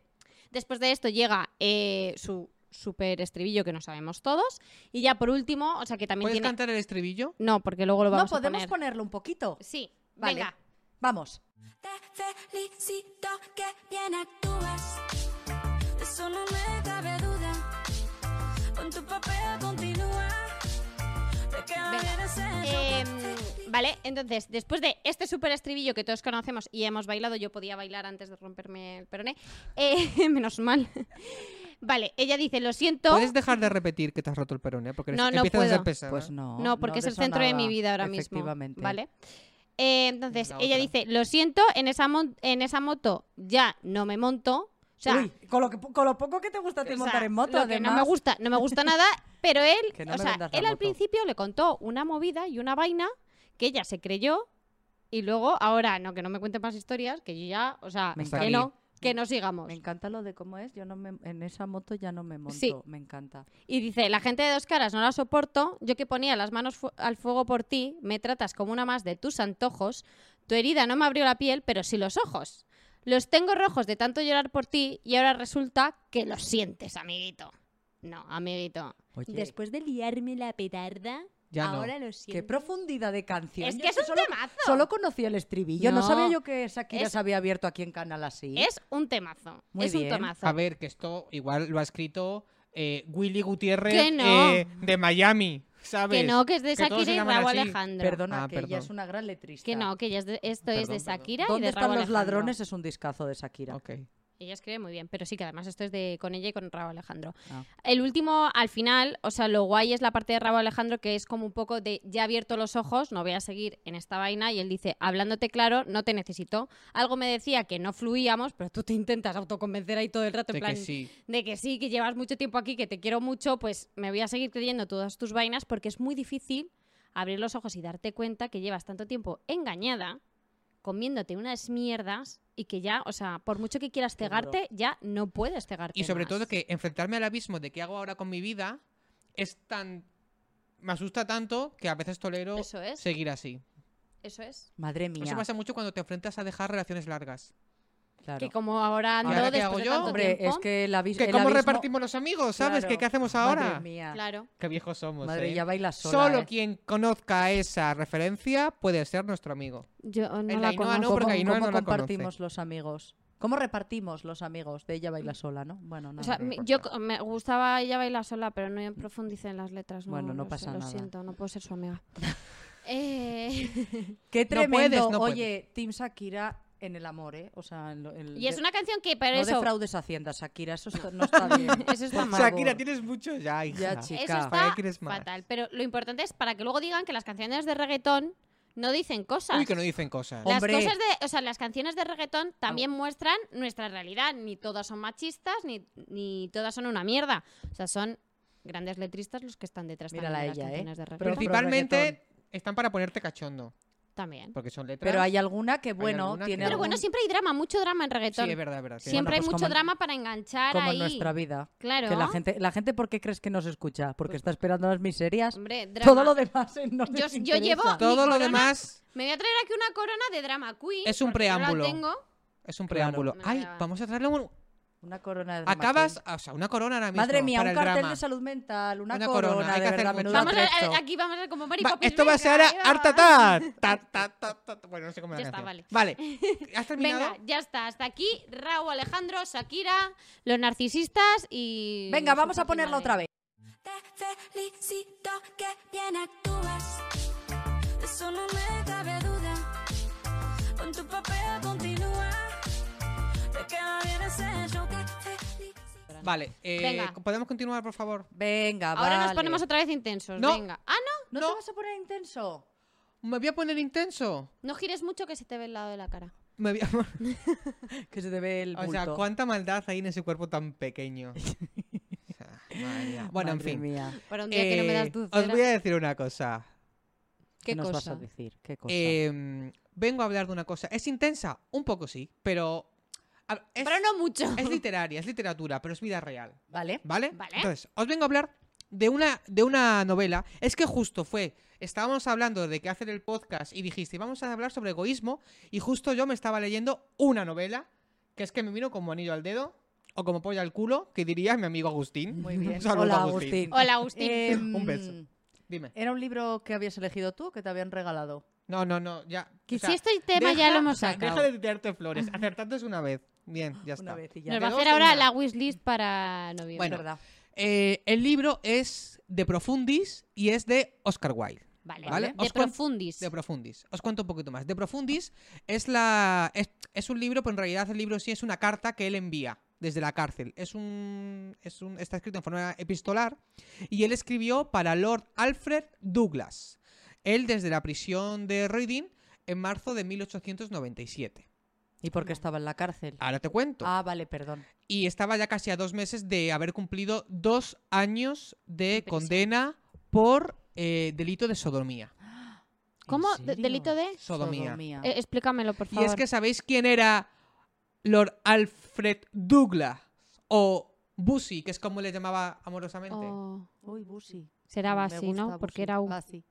S3: Después de esto llega eh, su super estribillo que no sabemos todos. Y ya por último, o sea que también
S4: ¿Puedes
S3: tiene.
S4: cantar el estribillo?
S3: No, porque luego lo
S2: No,
S3: vamos
S2: podemos
S3: a poner.
S2: ponerlo un poquito.
S3: Sí,
S2: Vale.
S3: venga.
S2: Vamos.
S5: Te felicito que bien actúas. De eso no me cabe duda. Con tu papel continúa. Te queda
S3: Venga.
S5: bien ese
S3: Em,
S5: toque.
S3: vale, entonces, después de este super estribillo que todos conocemos y hemos bailado, yo podía bailar antes de romperme el peroné, eh, menos mal. Vale, ella dice, lo siento.
S4: ¿Puedes dejar de repetir que te has roto el peroné? Porque
S3: No,
S4: eres-
S3: no
S4: empiezas a ser
S3: puedo.
S4: pesada.
S2: Pues no.
S3: No, porque es
S2: de
S3: el
S2: eso
S3: centro de mi
S2: nada,
S3: vida ahora mismo.
S2: efectivamente.
S3: Vale. Eh, entonces,
S4: La
S3: ella
S4: otra.
S3: dice, lo siento, en esa, mon- en esa moto ya no me monto. O sea,
S2: Uy, con, lo que- con lo poco que te gusta a ti
S3: O
S2: montar
S3: sea,
S2: en moto,
S3: lo que
S2: además.
S3: no me gusta, no me gusta nada, pero él,
S2: Que no
S3: o
S2: me
S3: sea,
S2: vendas la
S3: él al
S2: moto.
S3: principio le contó una movida y una vaina que ella se creyó y luego ahora no que no me cuente más historias, que yo ya, o sea,
S2: Me
S3: que
S2: encanta.
S3: no, que no sigamos.
S2: Me encanta lo de cómo es. Yo no me, en esa moto ya no me monto.
S3: Sí.
S2: Me encanta.
S3: Y dice, la gente de dos caras no la soporto, yo que ponía las manos fu- al fuego por ti, me tratas como una más de tus antojos, tu herida no me abrió la piel, pero sí los ojos. Los tengo rojos de tanto llorar por ti y ahora resulta que los sientes, amiguito. No, amiguito.
S2: Oye,
S3: Después de liarme la petarda,
S4: Ya no.
S3: ahora lo
S2: qué
S3: siento.
S2: profundidad de canción.
S3: es
S2: Yo
S3: que es un
S2: solo,
S3: temazo.
S2: solo conocí el estribillo. No,
S3: No.
S2: sabía yo que Shakira
S3: Es-
S2: se había abierto aquí en Canal así.
S3: Es un temazo.
S2: Muy
S3: es un
S2: bien.
S3: temazo.
S4: A ver, que esto igual lo ha escrito eh, Willy Gutiérrez
S3: Que no.
S4: eh, de Miami, ¿sabes?
S3: que no, que es de
S4: Que todos
S3: Shakira
S4: se
S3: y
S4: llaman
S3: Raúl
S4: así.
S3: Alejandro.
S2: Perdona,
S4: Ah,
S2: que ella
S4: perdón.
S2: es una gran letrista.
S3: Que no, que ella es de- esto es de
S4: Perdón, perdón.
S3: Shakira y
S2: ¿Dónde
S3: de
S2: están
S3: Raúl
S2: los
S3: Alejandro.
S2: ladrones? Es un discazo de Shakira.
S4: Ok.
S3: Ella escribe muy bien, pero sí que además esto es de con ella y con Raúl Alejandro.
S2: Ah.
S3: El último, al final, o sea, lo guay es la parte de Raúl Alejandro que es como un poco de ya he abierto los ojos, no voy a seguir en esta vaina. Y él dice, hablándote claro, no te necesito. Algo me decía que no fluíamos, pero tú te intentas autoconvencer ahí todo el rato.
S4: De
S3: en plan,
S4: que sí.
S3: de que sí, que llevas mucho tiempo aquí, que te quiero mucho, pues me voy a seguir creyendo todas tus vainas porque es muy difícil abrir los ojos y darte cuenta que llevas tanto tiempo engañada, comiéndote unas mierdas y que ya, o sea, por mucho que quieras
S2: Qué duro.
S3: cegarte, ya no puedes cegarte.
S4: Y sobre
S3: más.
S4: todo que enfrentarme al abismo de qué hago ahora con mi vida es tan... Me asusta tanto que a veces tolero
S3: Eso es.
S4: seguir así.
S3: Eso es.
S2: Madre
S4: Eso
S2: mía.
S4: pasa mucho cuando te enfrentas a dejar relaciones largas.
S2: claro.
S3: Que como ahora ando
S4: ¿Y ahora qué
S3: después
S4: hago
S3: de
S4: yo?
S3: tanto
S2: Hombre,
S3: tiempo,
S2: es que el, abis-
S4: Que
S2: el
S4: cómo
S2: abismo-
S4: repartimos los amigos, ¿sabes?
S2: Claro.
S4: ¿Qué, qué hacemos
S2: Madre
S4: ahora?
S2: mía.
S3: Claro.
S4: Qué viejos somos,
S2: Madre,
S4: ¿eh?
S2: ya bailas sola.
S4: Solo
S2: eh.
S4: quien conozca esa referencia puede ser nuestro amigo.
S3: Yo no
S4: En la
S3: la
S4: Ainhoa no,
S3: conozco.
S4: porque
S2: ¿Cómo,
S4: ahí no-
S2: cómo
S4: la
S2: compartimos
S4: conoce.
S2: los amigos? ¿Cómo repartimos los amigos de ella baila sola, no? Bueno,
S3: O
S2: nada.
S3: sea,
S4: no
S3: mi- yo
S4: importa.
S3: co- me gustaba ella bailar sola, pero no profundicé en las letras.
S2: Bueno, no
S3: lo sé,
S2: pasa
S3: Lo
S2: nada.
S3: siento, no puedo ser su amiga. eh...
S2: Qué
S4: puedes,
S2: tremendo.
S4: no puedes.
S2: Oye, Team Shakira en el amor, ¿eh? O sea, en lo- en-
S3: Y es
S2: de-
S3: una canción que, pero
S2: no
S3: eso,
S2: defraudes Hacienda, Shakira. Eso está- no está bien. Pues
S3: Eso está
S2: Por
S3: mal.
S2: favor.
S4: Shakira, tienes mucho ya, hija.
S2: Ya, chica.
S3: eso
S4: ¿Para qué
S3: está
S4: quieres más?
S3: fatal. Pero lo importante es para que luego digan que las canciones de reggaetón no dicen cosas.
S4: Uy, que no dicen cosas.
S3: Las
S2: Hombre.
S3: cosas de, o sea, las canciones de reggaetón también muestran nuestra realidad. Ni todas son machistas, ni, ni todas son una mierda. O sea, son grandes letristas los que están detrás
S2: Mírala
S3: también de
S2: ella,
S3: las
S2: ¿eh?
S3: canciones de reggaetón.
S2: Pero-
S4: Principalmente
S2: reggaetón.
S4: están para ponerte cachondo,
S3: También.
S4: porque son letras.
S2: Pero hay alguna que, bueno,
S4: alguna
S2: tiene
S4: que-
S3: Pero bueno,
S2: algún-
S3: siempre hay drama, mucho drama en reggaetón.
S4: Sí, es verdad, es verdad. tiene-
S3: siempre
S2: Bueno, pues
S3: hay mucho
S2: como en-
S3: drama para enganchar
S2: como
S3: ahí.
S2: en nuestra vida.
S3: Claro.
S2: Que la gente, la gente, ¿por qué crees que nos escucha? Porque está esperando las miserias.
S3: Hombre,
S2: Todo
S3: drama.
S2: lo demás eh, no
S3: Yo-
S2: les
S3: yo llevo-
S2: interesa.
S4: Todo lo
S3: corona-
S4: demás
S3: Me voy a traer aquí una corona de drama queen.
S4: Es un
S3: porque no la
S4: preámbulo.
S3: tengo.
S4: es un
S2: Claro.
S4: preámbulo.
S3: Me
S4: Ay,
S3: daba.
S4: vamos a traerle un...
S2: Una corona de drama
S4: Acabas,
S2: queen.
S4: o sea, una corona ahora mismo.
S2: Madre mía,
S4: para
S2: un
S4: el
S2: cartel
S4: drama.
S2: de salud mental, una,
S4: Una corona,
S2: corona,
S4: hay
S2: de
S4: que hacer
S2: verdad,
S4: mucho.
S2: menudo
S3: Vamos a-
S2: atrezo.
S3: a- eh, aquí vamos a ser como Mari
S4: Va,
S3: Poppins,
S4: esto va a
S3: venga,
S4: ser
S3: ahí va.
S4: harta ta, ta, ta, ta, ta, ta. Bueno, no sé cómo
S3: Ya
S4: la
S3: está,
S4: canción. Vale. ¿Has terminado?
S3: Venga, ya está. Hasta aquí Raúl Alejandro, Shakira, los narcisistas y.
S2: Venga,
S3: su
S2: vamos a
S3: puta
S2: ponerla
S3: madre.
S2: otra vez.
S5: Te felicito que bien actúas. De eso no me cabe duda. Con tu papel continúa. Te queda bien ese show que felicito.
S4: Vale. eh,
S3: Venga.
S4: ¿Podemos continuar, por favor?
S2: Venga,
S3: Ahora nos
S2: vale.
S3: ponemos otra vez intensos.
S4: No.
S3: Venga. Ah,
S2: ¿No,
S3: no.
S4: No.
S2: te vas a poner intenso?
S4: Me voy a poner intenso.
S3: No gires mucho que se te ve el lado de la cara.
S4: Me voy a poner-
S2: Que se te ve el bulto.
S4: O sea, cuánta maldad hay en ese cuerpo tan pequeño. O sea, madre mía. bueno, en
S2: Madre
S4: fin.
S2: mía.
S3: Para un día que no me das
S4: Eh,
S3: tu
S4: os
S3: cera.
S4: voy a decir una cosa.
S3: ¿Qué
S2: nos vas
S3: cosa?
S2: a decir? ¿Qué cosa?
S4: Eh, vengo a hablar de una cosa. ¿Es intensa? Un poco sí, pero. a ver, es,
S3: Pero no mucho.
S4: es literaria, es literatura, pero es vida real.
S2: vale.
S4: ¿Vale?
S3: Vale.
S4: Entonces, os vengo a hablar de una, de una novela. Es que justo fue. Estábamos hablando de que hacer el podcast y dijiste, vamos a hablar sobre egoísmo. Y justo yo me estaba leyendo una novela que es que me vino como anillo al dedo o como pollo al culo, que diría mi amigo Agustín.
S2: Muy bien.
S4: Un saludo,
S2: Hola,
S4: Agustín.
S2: Agustín.
S3: Hola, Agustín.
S2: Eh,
S4: Un beso.
S2: mm,
S4: Dime.
S2: ¿Era un libro que habías elegido tú o que te habían regalado?
S4: No, no, no, ya. o
S3: que
S4: sea,
S3: si este tema ya lo
S4: deja-
S3: hemos
S4: o sea,
S3: sacado.
S4: Deja de tirarte flores. Acertadnos una vez. Bien, ya está.
S2: Una vez y ya.
S3: Nos
S4: de
S3: va a
S4: dos
S3: hacer
S4: en
S3: ahora
S4: una.
S3: la wishlist para noviembre.
S4: Bueno.
S2: ¿Verdad?
S4: Eh, el libro es de Profundis y es de Oscar Wilde.
S3: vale.
S4: vale.
S3: De
S4: Os cuen-
S3: profundis.
S4: De Profundis. Os cuento un poquito más. De Profundis es la es, es un libro, pero en realidad el libro sí es una carta que él envía desde la cárcel. Es un, es un está escrito en forma epistolar y él escribió para Lord Alfred Douglas. Él desde la prisión de Reading en marzo de 1897.
S2: ¿Y por qué estaba en la cárcel?
S4: Ahora te cuento.
S2: Ah, vale, perdón.
S4: Y estaba ya casi a dos meses de haber cumplido dos años
S3: prisión.
S4: de condena por eh, delito de sodomía.
S3: ¿Cómo?
S2: ¿En
S3: De-
S2: serio?
S3: ¿Delito de?
S4: Sodomía.
S3: Eh, explícamelo, por
S4: Ah. Y
S3: favor.
S4: es que sabéis quién era Lord Alfred Douglas o Bussy, que es como le llamaba amorosamente.
S3: Oh,
S2: Uy, Busi.
S3: será
S2: Me
S3: Basi,
S2: gusta
S3: ¿no?
S2: Busi.
S3: Porque era un.
S2: Basi.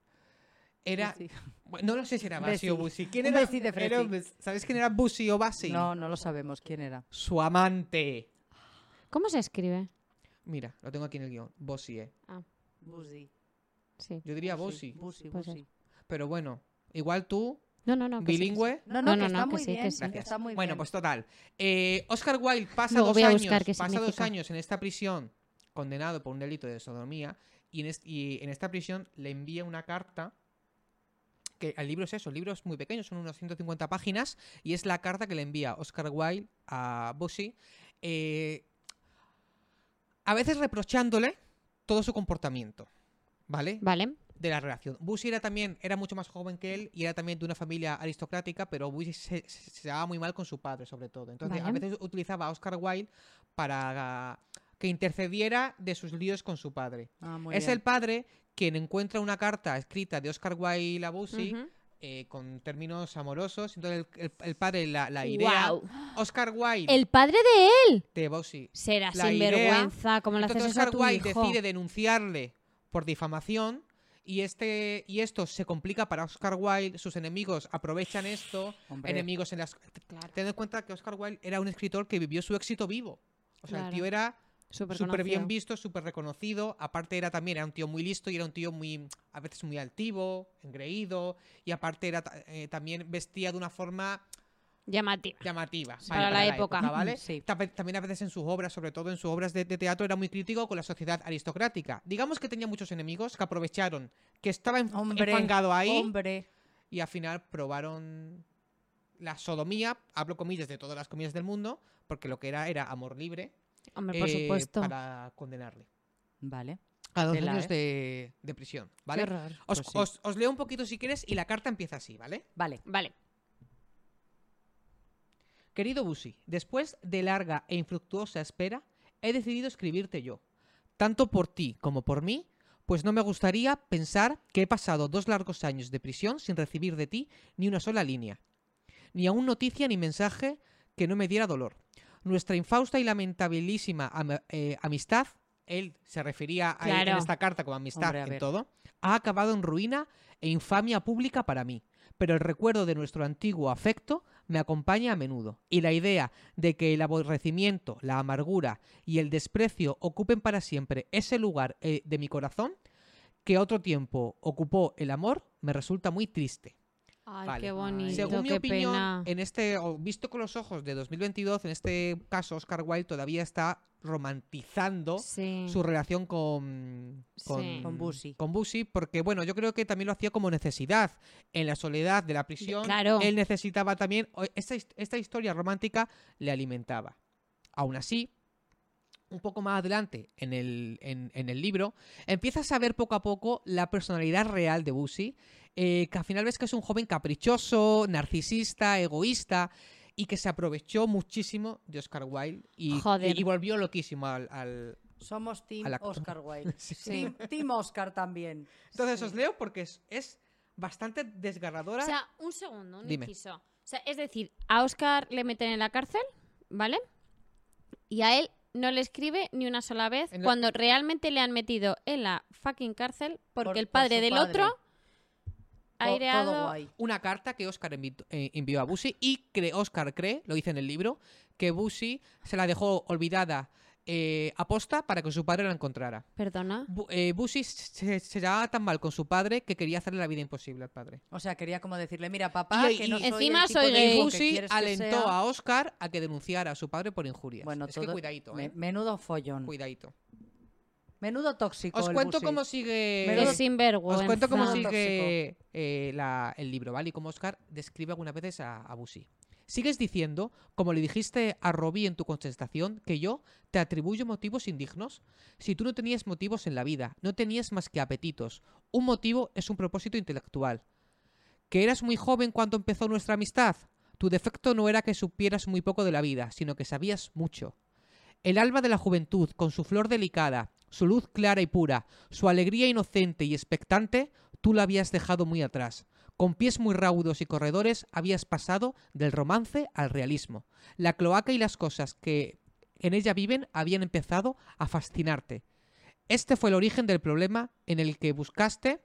S4: Era,
S2: Busi.
S4: bueno, no lo sé si era Bassi o
S2: Bessie.
S4: Bussy. ¿Quién
S2: Un
S4: era?
S2: Bessie de
S4: era
S2: Fresi.
S4: un Bes- ¿Sabéis quién era Bussy o Bassi?
S2: No, no lo sabemos quién era.
S4: Su amante.
S3: ¿Cómo se escribe?
S4: Mira, lo tengo aquí en el guión. Bussy, eh.
S2: Busi.
S3: Sí.
S4: Yo diría Bussy.
S2: Busi,
S3: Pues
S2: Busi.
S4: Pero bueno, igual tú,
S3: No, no, no. que sí, que sí.
S4: bilingüe.
S2: No,
S3: No,
S2: no,
S3: no,
S2: que está
S3: no, que
S2: muy
S3: sí, que
S2: bien.
S3: sí.
S2: que Está muy
S4: Bueno,
S2: bien.
S4: pues total. Eh, Oscar Wilde pasa,
S3: Luego
S4: dos,
S3: voy a
S4: años,
S3: buscar qué
S4: pasa dos
S3: significa.
S4: años en esta prisión condenado por un delito de sodomía y en, est- y en esta prisión le envía una carta que el libro es eso, el libro es muy pequeño, son unos 150 páginas y es la carta que le envía Oscar Wilde a Bussy eh, a veces reprochándole todo su comportamiento, ¿vale?
S3: Vale.
S4: de la relación. Bush era también, era mucho más joven que él y era también de una familia aristocrática, pero Bush se, se, se llevaba muy mal con su padre, sobre todo. Entonces, a
S3: Vale.
S4: veces utilizaba a Oscar Wilde para que intercediera de sus líos con su padre.
S2: Ah, muy
S4: es
S2: bien.
S4: el padre quien encuentra una carta escrita de Oscar Wilde a Busy
S3: Ujú.
S4: eh, con términos amorosos. Entonces, el, el- el padre la, la idea.
S3: Guau.
S4: Oscar Wilde
S3: El padre de él.
S4: de Busy.
S3: Será
S4: La
S3: sinvergüenza. Como le haces
S4: Entonces
S3: eso a
S4: Oscar
S3: tu
S4: Wilde
S3: hijo.
S4: decide denunciarle por difamación y este y esto se complica para Oscar Wilde, sus enemigos aprovechan esto,
S2: Hombre.
S4: enemigos en las
S3: Claro.
S4: Ten en cuenta que Oscar Wilde era un escritor que vivió su éxito vivo. O sea, el
S3: Claro.
S4: tío era
S3: Súper
S4: súper bien
S3: conocido.
S4: visto, súper reconocido. Aparte era también era un tío muy listo y era un tío muy a veces muy altivo, engreído y aparte era ta- eh, también vestía de una forma
S3: Llamativo.
S4: llamativa
S3: Sí, para la época.
S4: ¿vale?
S2: Sí.
S4: Tam- También a veces en sus obras, sobre todo en sus obras de, de teatro, era muy crítico con la sociedad aristocrática. Digamos que tenía muchos enemigos que aprovecharon que estaba enf-
S2: Hombre,
S4: enfangado ahí
S2: Hombre.
S4: y al final probaron la sodomía, hablo comillas de todas las comillas del mundo, porque lo que era era amor libre
S3: Hombre, por
S4: eh,
S3: supuesto.
S4: para condenarle
S2: Vale.
S4: a dos
S2: Tela,
S4: años
S2: ¿eh?
S4: de, de prisión,
S3: Qué
S4: ¿vale?
S3: horror.
S4: Os,
S2: Pues sí.
S4: os- os leo un poquito si quieres y la carta empieza así, ¿vale?
S2: Vale.
S3: Vale.
S4: Querido Busi, después de larga e infructuosa espera, he decidido escribirte yo, tanto por ti como por mí, pues no me gustaría pensar que he pasado dos largos años de prisión sin recibir de ti ni una sola línea, ni aún noticia ni mensaje que no me diera dolor. Nuestra infausta y lamentabilísima am- eh, amistad, él se refería a él en
S3: Claro.
S4: esta carta como amistad
S2: Hombre, a
S4: en
S2: ver.
S4: todo, ha acabado en ruina e infamia pública para mí, pero el recuerdo de nuestro antiguo afecto me acompaña a menudo, y la idea de que el aborrecimiento, la amargura y el desprecio ocupen para siempre ese lugar eh, de mi corazón que otro tiempo ocupó el amor, me resulta muy triste.
S3: Ay,
S4: Vale.
S3: qué
S4: Ay,
S3: bonito,
S4: Según mi
S3: qué
S4: opinión,
S3: pena.
S4: en este, o visto con los ojos de 2022, en este caso Oscar Wilde todavía está romantizando
S3: Sí.
S4: su relación con con,
S3: Sí.
S2: Con Busy.
S4: con Busy, porque bueno, yo creo que también lo hacía como necesidad en la soledad de la prisión.
S3: claro.
S4: Él necesitaba también o- esta, his- esta historia romántica le alimentaba. Aún así, un poco más adelante en el, en, en el libro, empiezas a ver poco a poco la personalidad real de Busy, eh, que al final ves que es un joven caprichoso, narcisista, egoísta y que se aprovechó muchísimo de Oscar Wilde y,
S3: Joder.
S4: y- y volvió loquísimo al- al,
S2: Somos Team
S4: A la-
S2: Oscar Wilde.
S3: Sí.
S2: Team, team Oscar también.
S4: Entonces os leo porque es, es bastante desgarradora.
S3: O sea, un segundo, un
S4: Dime.
S3: inciso. O sea, es decir, a Oscar le meten en la cárcel, ¿vale? Y a él no le escribe ni una sola vez
S4: En la-
S3: cuando realmente le han metido en la fucking cárcel porque
S2: Por-
S3: el
S2: por
S3: padre
S2: su
S3: del
S2: padre.
S3: otro ha
S2: To- Todo
S3: aireado.
S2: guay.
S4: una carta que Oscar envi- eh, envió a Busy y cre Oscar cree, lo dice en el libro, que Busy se la dejó olvidada eh, a posta para que su padre la encontrara.
S3: Perdona.
S4: Bu eh, Busy se, se llevaba tan mal con su padre que quería hacerle la vida imposible al padre.
S2: O sea, quería como decirle, mira, papá,
S4: Y-
S2: que
S4: y-
S2: no soy
S3: Encima
S2: el tipo de
S3: soy gay.
S2: hijo que
S4: Busy
S2: quieres que
S4: alentó
S2: sea.
S4: a Oscar a que denunciara a su padre por injurias.
S2: Bueno,
S4: es que
S2: todo-
S4: cuidadito,
S2: me-
S4: eh,
S2: menudo follón.
S4: cuidadito.
S2: Menudo tóxico.
S4: Os
S2: el
S4: cuento
S2: Busy.
S4: cómo sigue...
S2: Me
S3: Qué
S2: lo-
S3: sinvergüenza.
S4: Os cuento cómo
S2: Menudo
S4: sigue eh, la- el libro, ¿vale? Y cómo Oscar describe algunas veces a, a Busy. Sigues diciendo, como le dijiste a Robbie en tu contestación, que yo te atribuyo motivos indignos. Si tú no tenías motivos en la vida, no tenías más que apetitos. Un motivo es un propósito intelectual. Que eras muy joven cuando empezó nuestra amistad. Tu defecto no era que supieras muy poco de la vida, sino que sabías mucho. El alba de la juventud, con su flor delicada, su luz clara y pura, su alegría inocente y expectante, tú la habías dejado muy atrás. Con pies muy raudos y corredores habías pasado del romance al realismo. La cloaca y las cosas que en ella viven habían empezado a fascinarte. Este fue el origen del problema en el que buscaste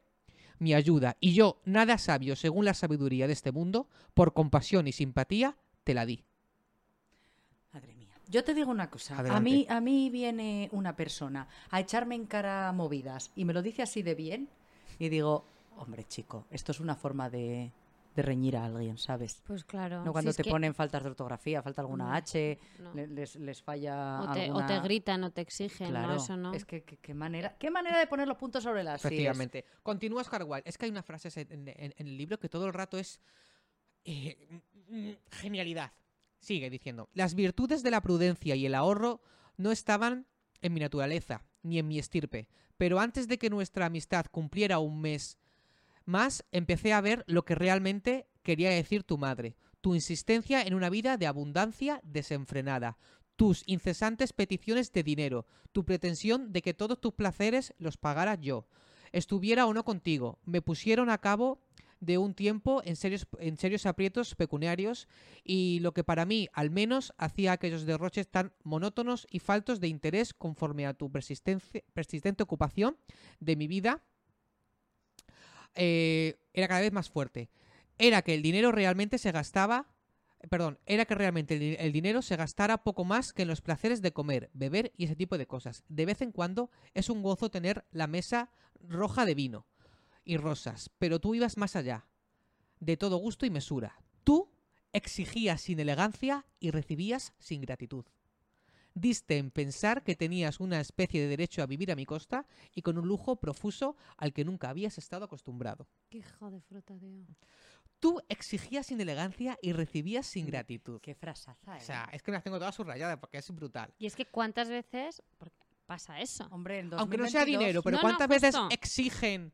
S4: mi ayuda y yo, nada sabio según la sabiduría de este mundo, por compasión y simpatía, te la di.
S2: Madre mía. Yo te digo una cosa. A
S4: Adelante.
S2: mí, a mí viene una persona a echarme en cara movidas y me lo dice así de bien y digo, hombre chico, esto es una forma de, de reñir a alguien, ¿sabes?
S3: Pues claro.
S2: No cuando
S3: si es
S2: te
S3: que-
S2: ponen faltas de ortografía, falta alguna
S3: No,
S2: H,
S3: no.
S2: le- les, les falla
S3: O te, o
S2: alguna-
S3: te gritan o te exigen,
S2: Claro,
S3: ¿no? Eso no.
S2: es que qué manera, qué manera de poner los puntos sobre las sillas.
S4: Efectivamente. Continúa Oscar Wilde. Es que hay unas frases en, en- en- en el libro que todo el rato es eh, mm, mm, genialidad. Sigue diciendo, las virtudes de la prudencia y el ahorro no estaban en mi naturaleza ni en mi estirpe, pero antes de que nuestra amistad cumpliera un mes más, empecé a ver lo que realmente quería decir tu madre, tu insistencia en una vida de abundancia desenfrenada, tus incesantes peticiones de dinero, tu pretensión de que todos tus placeres los pagara yo, estuviera o no contigo. Me pusieron a cabo de un tiempo en serios, en serios aprietos pecuniarios y lo que para mí al menos hacía aquellos derroches tan monótonos y faltos de interés conforme a tu persistencia- persistente ocupación de mi vida eh, era cada vez más fuerte. Era que el dinero realmente se gastaba perdón, era que realmente el, di- el dinero se gastara poco más que en los placeres de comer, beber y ese tipo de cosas. De vez en cuando es un gozo tener la mesa roja de vino y rosas, pero tú ibas más allá, de todo gusto y mesura. Tú exigías sin elegancia y recibías sin gratitud. Diste en pensar que tenías una especie de derecho a vivir a mi costa y con un lujo profuso al que nunca habías estado acostumbrado.
S3: Qué hijo de fruta, tío.
S4: Tú exigías sin elegancia y recibías
S3: Mm,
S4: sin gratitud.
S2: Qué frasaza, ¿eh?
S4: O sea, es que las tengo todas subrayadas porque es brutal.
S3: Y es que cuántas veces porque pasa eso.
S2: Hombre, en
S4: Aunque no sea
S2: 2022,
S4: dinero, pero
S3: No, no,
S4: ¿cuántas veces
S3: justo.
S4: exigen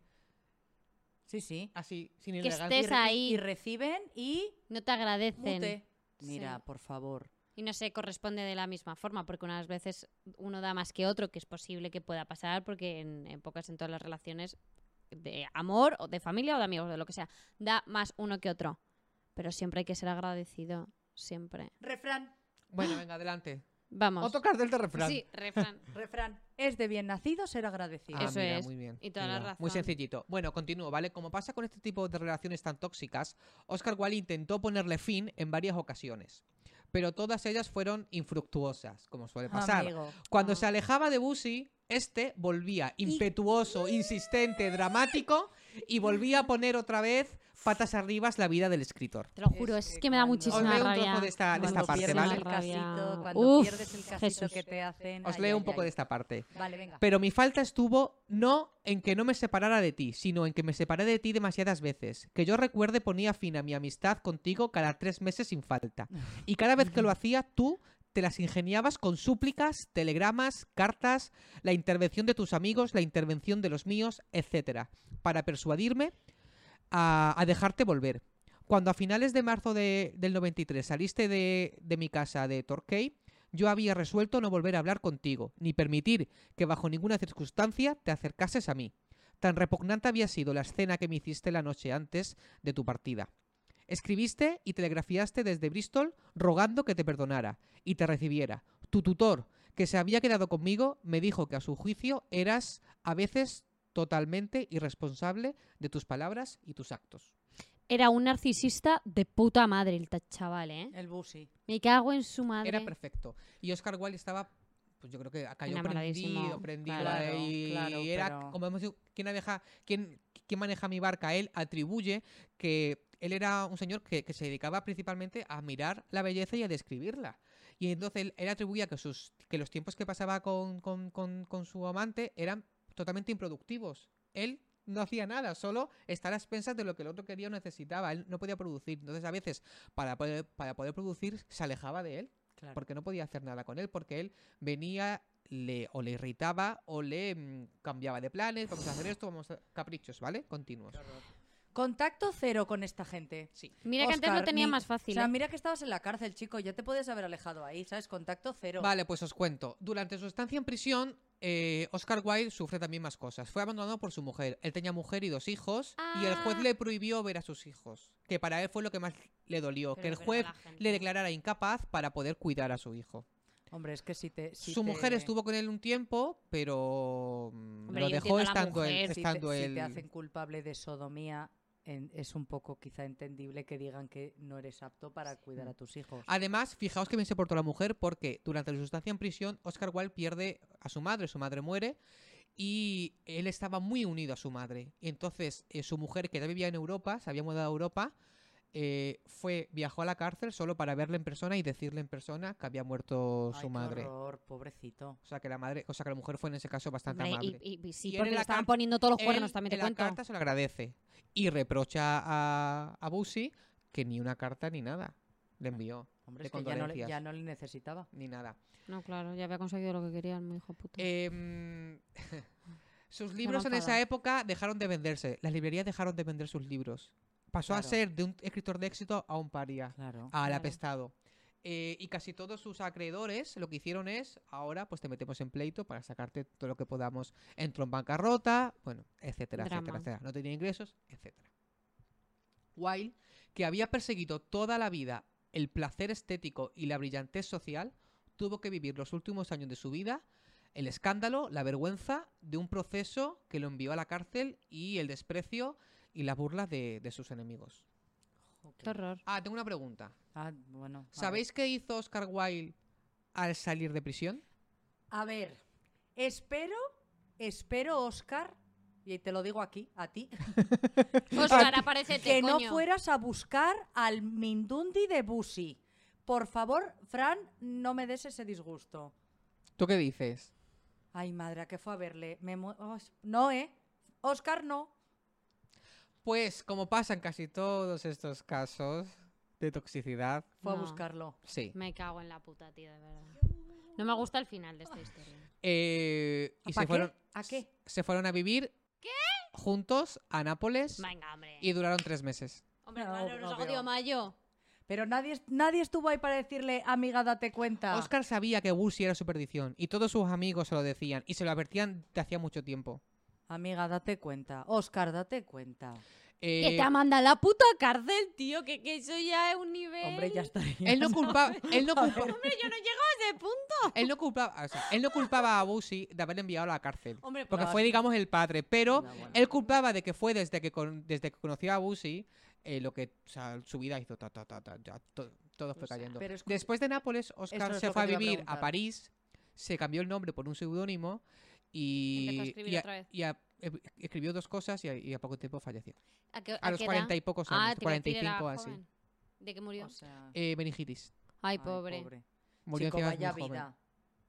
S2: Sí, sí.
S4: así, sin
S3: Que
S4: elegancia?
S3: estés
S2: re-
S3: ahí,
S2: y reciben y
S3: no te agradecen.
S2: mute.
S3: Sí.
S2: Mira, por favor.
S3: Y no se corresponde de la misma forma, porque unas veces uno da más que otro, que es posible que pueda pasar, porque en, en pocas, en todas las relaciones de amor, o de familia, o de amigos, de lo que sea, da más uno que otro. Pero siempre hay que ser agradecido, siempre.
S2: Refrán.
S4: Bueno, venga, adelante.
S3: Vamos.
S4: Otto Cardel de refrán.
S3: Sí, refrán.
S2: Refrán, es de bien nacido ser agradecido.
S4: Ah,
S3: Eso
S4: mira,
S3: es.
S4: Muy bien.
S3: Y toda la
S4: Mira, Muy
S3: razón.
S4: sencillito. Bueno, continúo, ¿vale? Como pasa con este tipo de relaciones tan tóxicas, Oscar Wilde intentó ponerle fin en varias ocasiones. Pero todas ellas fueron infructuosas, como suele
S3: Ah,
S4: pasar.
S2: Amigo.
S4: Cuando se alejaba de Busy, este volvía impetuoso, insistente, dramático y volvía a poner otra vez patas arriba la vida del escritor.
S3: Te lo juro,
S2: Es
S3: es,
S2: que
S3: que, me da
S2: cuando-
S4: Os leo
S3: muchísima
S4: un trozo
S3: rabia.
S4: de esta- de
S2: Cuando
S4: esta parte,
S2: pierdes
S4: ¿vale?
S2: el casito, cuando
S3: Uf,
S2: pierdes el casito
S3: Jesús.
S2: que te hacen.
S4: Os
S2: ay,
S4: leo
S2: ay,
S4: un poco
S2: ay.
S4: de esta parte.
S2: Vale, venga.
S4: Pero mi falta estuvo no en que no me separara de ti, sino en que me separé de ti demasiadas veces. Que yo recuerde ponía fin a mi amistad contigo cada tres meses sin falta. Y cada vez que lo hacía, tú te las ingeniabas con súplicas, telegramas, cartas, la intervención de tus amigos, la intervención de los míos, etcétera, para persuadirme a, a dejarte volver. Cuando a finales de marzo de- del 93 saliste de, de mi casa de Torquay, yo había resuelto no volver a hablar contigo, ni permitir que bajo ninguna circunstancia te acercases a mí. Tan repugnante había sido la escena que me hiciste la noche antes de tu partida. Escribiste y telegrafiaste desde Bristol rogando que te perdonara y te recibiera. Tu tutor, que se había quedado conmigo, me dijo que a su juicio eras a veces totalmente irresponsable de tus palabras y tus actos.
S3: Era un narcisista de puta madre el ta- chaval, ¿eh?
S2: El busi.
S3: Me cago en su madre.
S4: Era perfecto. Y Oscar Wilde estaba, pues yo creo que cayó
S3: Enamoradísimo.
S4: prendido, prendido
S2: Claro,
S4: ahí.
S2: claro,
S4: y era,
S2: pero-
S4: como hemos dicho, ¿quién, maneja, quién, quién maneja mi barca? Él atribuye que él era un señor que, que se dedicaba principalmente a mirar la belleza y a describirla. Y entonces él, él atribuía que, sus, que los tiempos que pasaba con, con- con- con su amante eran totalmente improductivos. Él no hacía nada, solo estar a expensas de lo que el otro quería o necesitaba. Él no podía producir. Entonces, a veces, para poder, para poder producir, se alejaba de él
S2: Claro.
S4: porque no podía hacer nada con él, porque él venía, le, o le irritaba o le mm, cambiaba de planes, vamos a hacer esto, vamos a... Caprichos, ¿vale? Continuos.
S2: Contacto cero con esta gente.
S4: Sí.
S3: Mira que antes
S2: Oscar,
S3: lo tenía
S2: ni-
S3: más fácil.
S2: O sea,
S3: ¿eh?
S2: mira que estabas en la cárcel, chico. Ya te podías haber alejado ahí, ¿sabes? Contacto cero.
S4: Vale, pues os cuento. Durante su estancia en prisión, eh, Oscar Wilde sufre también más cosas. Fue abandonado por su mujer. Él tenía mujer y dos hijos, y el juez
S3: Ah.
S4: le prohibió ver a sus hijos, que para él fue lo que más le dolió, que
S3: Pero
S4: el
S3: verdad,
S4: juez
S3: la gente.
S4: le declarara incapaz para poder cuidar a su hijo.
S2: Hombre, es que si te. si
S4: su
S2: te-
S4: mujer estuvo con él un tiempo, pero mm,
S3: Hombre,
S4: lo
S3: yo
S4: dejó
S3: entiendo a la
S4: estando él.
S3: mujer,
S2: Si te,
S4: estando
S2: si te
S4: él-
S2: hacen culpable de sodomía, en- es un poco quizá entendible que digan que no eres apto para cuidar a tus hijos.
S4: Además, fijaos que bien se portó la mujer porque durante su estancia en prisión, Oscar Wilde pierde a su madre, su madre muere y él estaba muy unido a su madre. Y entonces eh, su mujer, que ya vivía en Europa, se había mudado a Europa, eh, fue, viajó a la cárcel solo para verle en persona y decirle en persona que había muerto
S2: Ay,
S4: su
S2: qué
S4: madre.
S2: horror, pobrecito.
S4: O sea que la madre, o sea que la mujer fue en ese caso bastante
S3: Hombre, y-
S4: amable.
S3: y, y sí,
S4: Y él en
S3: porque le
S4: la
S3: estaban
S4: carta-
S3: poniendo todos los
S4: Él,
S3: cuernos, también te
S4: en la
S3: cuento.
S4: carta se lo agradece y reprocha a, a Busy que ni una carta ni nada le envió,
S2: Hombre,
S4: De
S2: es que ya no, le,
S4: condolencias.
S2: ya no le necesitaba.
S4: ni nada.
S3: No, claro, ya había conseguido lo que querían, mi hijo puta.
S4: Em, sus libros en
S3: enfadado.
S4: esa época dejaron de venderse. Las librerías dejaron de vender sus libros. Pasó a
S2: Claro.
S4: ser de un escritor de éxito a un paria,
S2: Claro.
S4: al
S3: Claro.
S4: apestado. Eh, y casi todos sus acreedores lo que hicieron es, ahora pues te metemos en pleito para sacarte todo lo que podamos. Entró en bancarrota, bueno, etcétera, etcétera,
S3: Drama.
S4: etcétera. No tenía ingresos, etcétera. Wilde, que había perseguido toda la vida el placer estético y la brillantez social, tuvo que vivir los últimos años de su vida el escándalo, la vergüenza de un proceso que lo envió a la cárcel y el desprecio y las burlas de, de sus enemigos.
S2: Ok.
S3: Qué horror.
S4: Ah, tengo una pregunta.
S2: Ah, bueno. a ver.
S4: ¿Sabéis qué hizo Oscar Wilde al salir de prisión?
S2: A ver, espero, espero, Oscar, y te lo digo aquí, a ti,
S3: Oscar, aparecete,
S2: que no
S3: coño.
S2: fueras a buscar al Mindundi de Busi. Por favor, Fran, no me des ese disgusto.
S4: ¿Tú qué dices?
S2: Ay, madre, ¿a qué fue a verle? Me mu- oh, es- no, ¿eh? Oscar, no.
S4: Pues como pasa en casi todos estos casos de toxicidad,
S2: Fue a
S3: No.
S2: buscarlo.
S4: sí.
S3: Me cago en la puta, tío, de verdad. No me gusta el final de esta historia.
S4: Eh, y
S2: ¿Para
S4: se
S2: qué?
S4: fueron,
S2: ¿A qué?
S4: se fueron a vivir juntos a Nápoles
S3: Venga, hombre.
S4: y duraron tres meses.
S3: Hombre,
S2: No,
S3: claro, nos
S2: no
S3: ha jodido
S2: veo.
S3: Mayo.
S2: Pero nadie, es- nadie estuvo ahí para decirle, amiga, date cuenta.
S4: Oscar sabía que Busy era su perdición y todos sus amigos se lo decían y se lo advertían de hacía mucho tiempo.
S2: Amiga, date cuenta. Oscar, date cuenta.
S4: eh,
S3: Que te ha mandado a la puta cárcel, tío, que, que eso ya es un nivel...
S2: Hombre, ya está.
S4: él no culpaba, él no culpaba,
S3: Hombre, yo no llego a ese punto.
S4: él no culpaba, o sea, él no culpaba a Busi de haberle enviado a la cárcel,
S3: Hombre,
S4: porque
S2: no,
S4: fue
S2: sí.
S4: digamos el padre, pero
S2: No, bueno.
S4: él culpaba de que fue desde que con- desde que conoció a Busi eh, lo que, o sea, su vida hizo ta ta ta ta, ya to- todo fue
S3: O sea,
S4: cayendo.
S2: pero escu-
S4: Después de Nápoles,
S2: Eso
S4: Oscar
S2: es
S4: se
S2: lo
S4: fue
S2: que
S4: a
S2: te iba a
S4: vivir a
S2: preguntar.
S4: París, se cambió el nombre por un seudónimo
S3: Empezó a
S4: y
S3: escribir
S4: y
S3: otra vez.
S4: y a- e- escribió dos cosas y a, y a poco tiempo falleció.
S3: ¿A, qué-
S4: A, los
S3: qué edad?
S4: cuarenta y pocos
S3: Ah, te
S4: años,
S3: iba a
S4: cuarenta
S3: decir,
S4: y
S3: era
S4: cinco así.
S3: joven. ¿De qué murió?
S2: O sea,
S4: Eh, meningitis.
S3: ay,
S2: ay,
S3: pobre.
S4: Murió
S2: Chico,
S4: encima muy
S2: vaya
S4: joven.
S2: vida.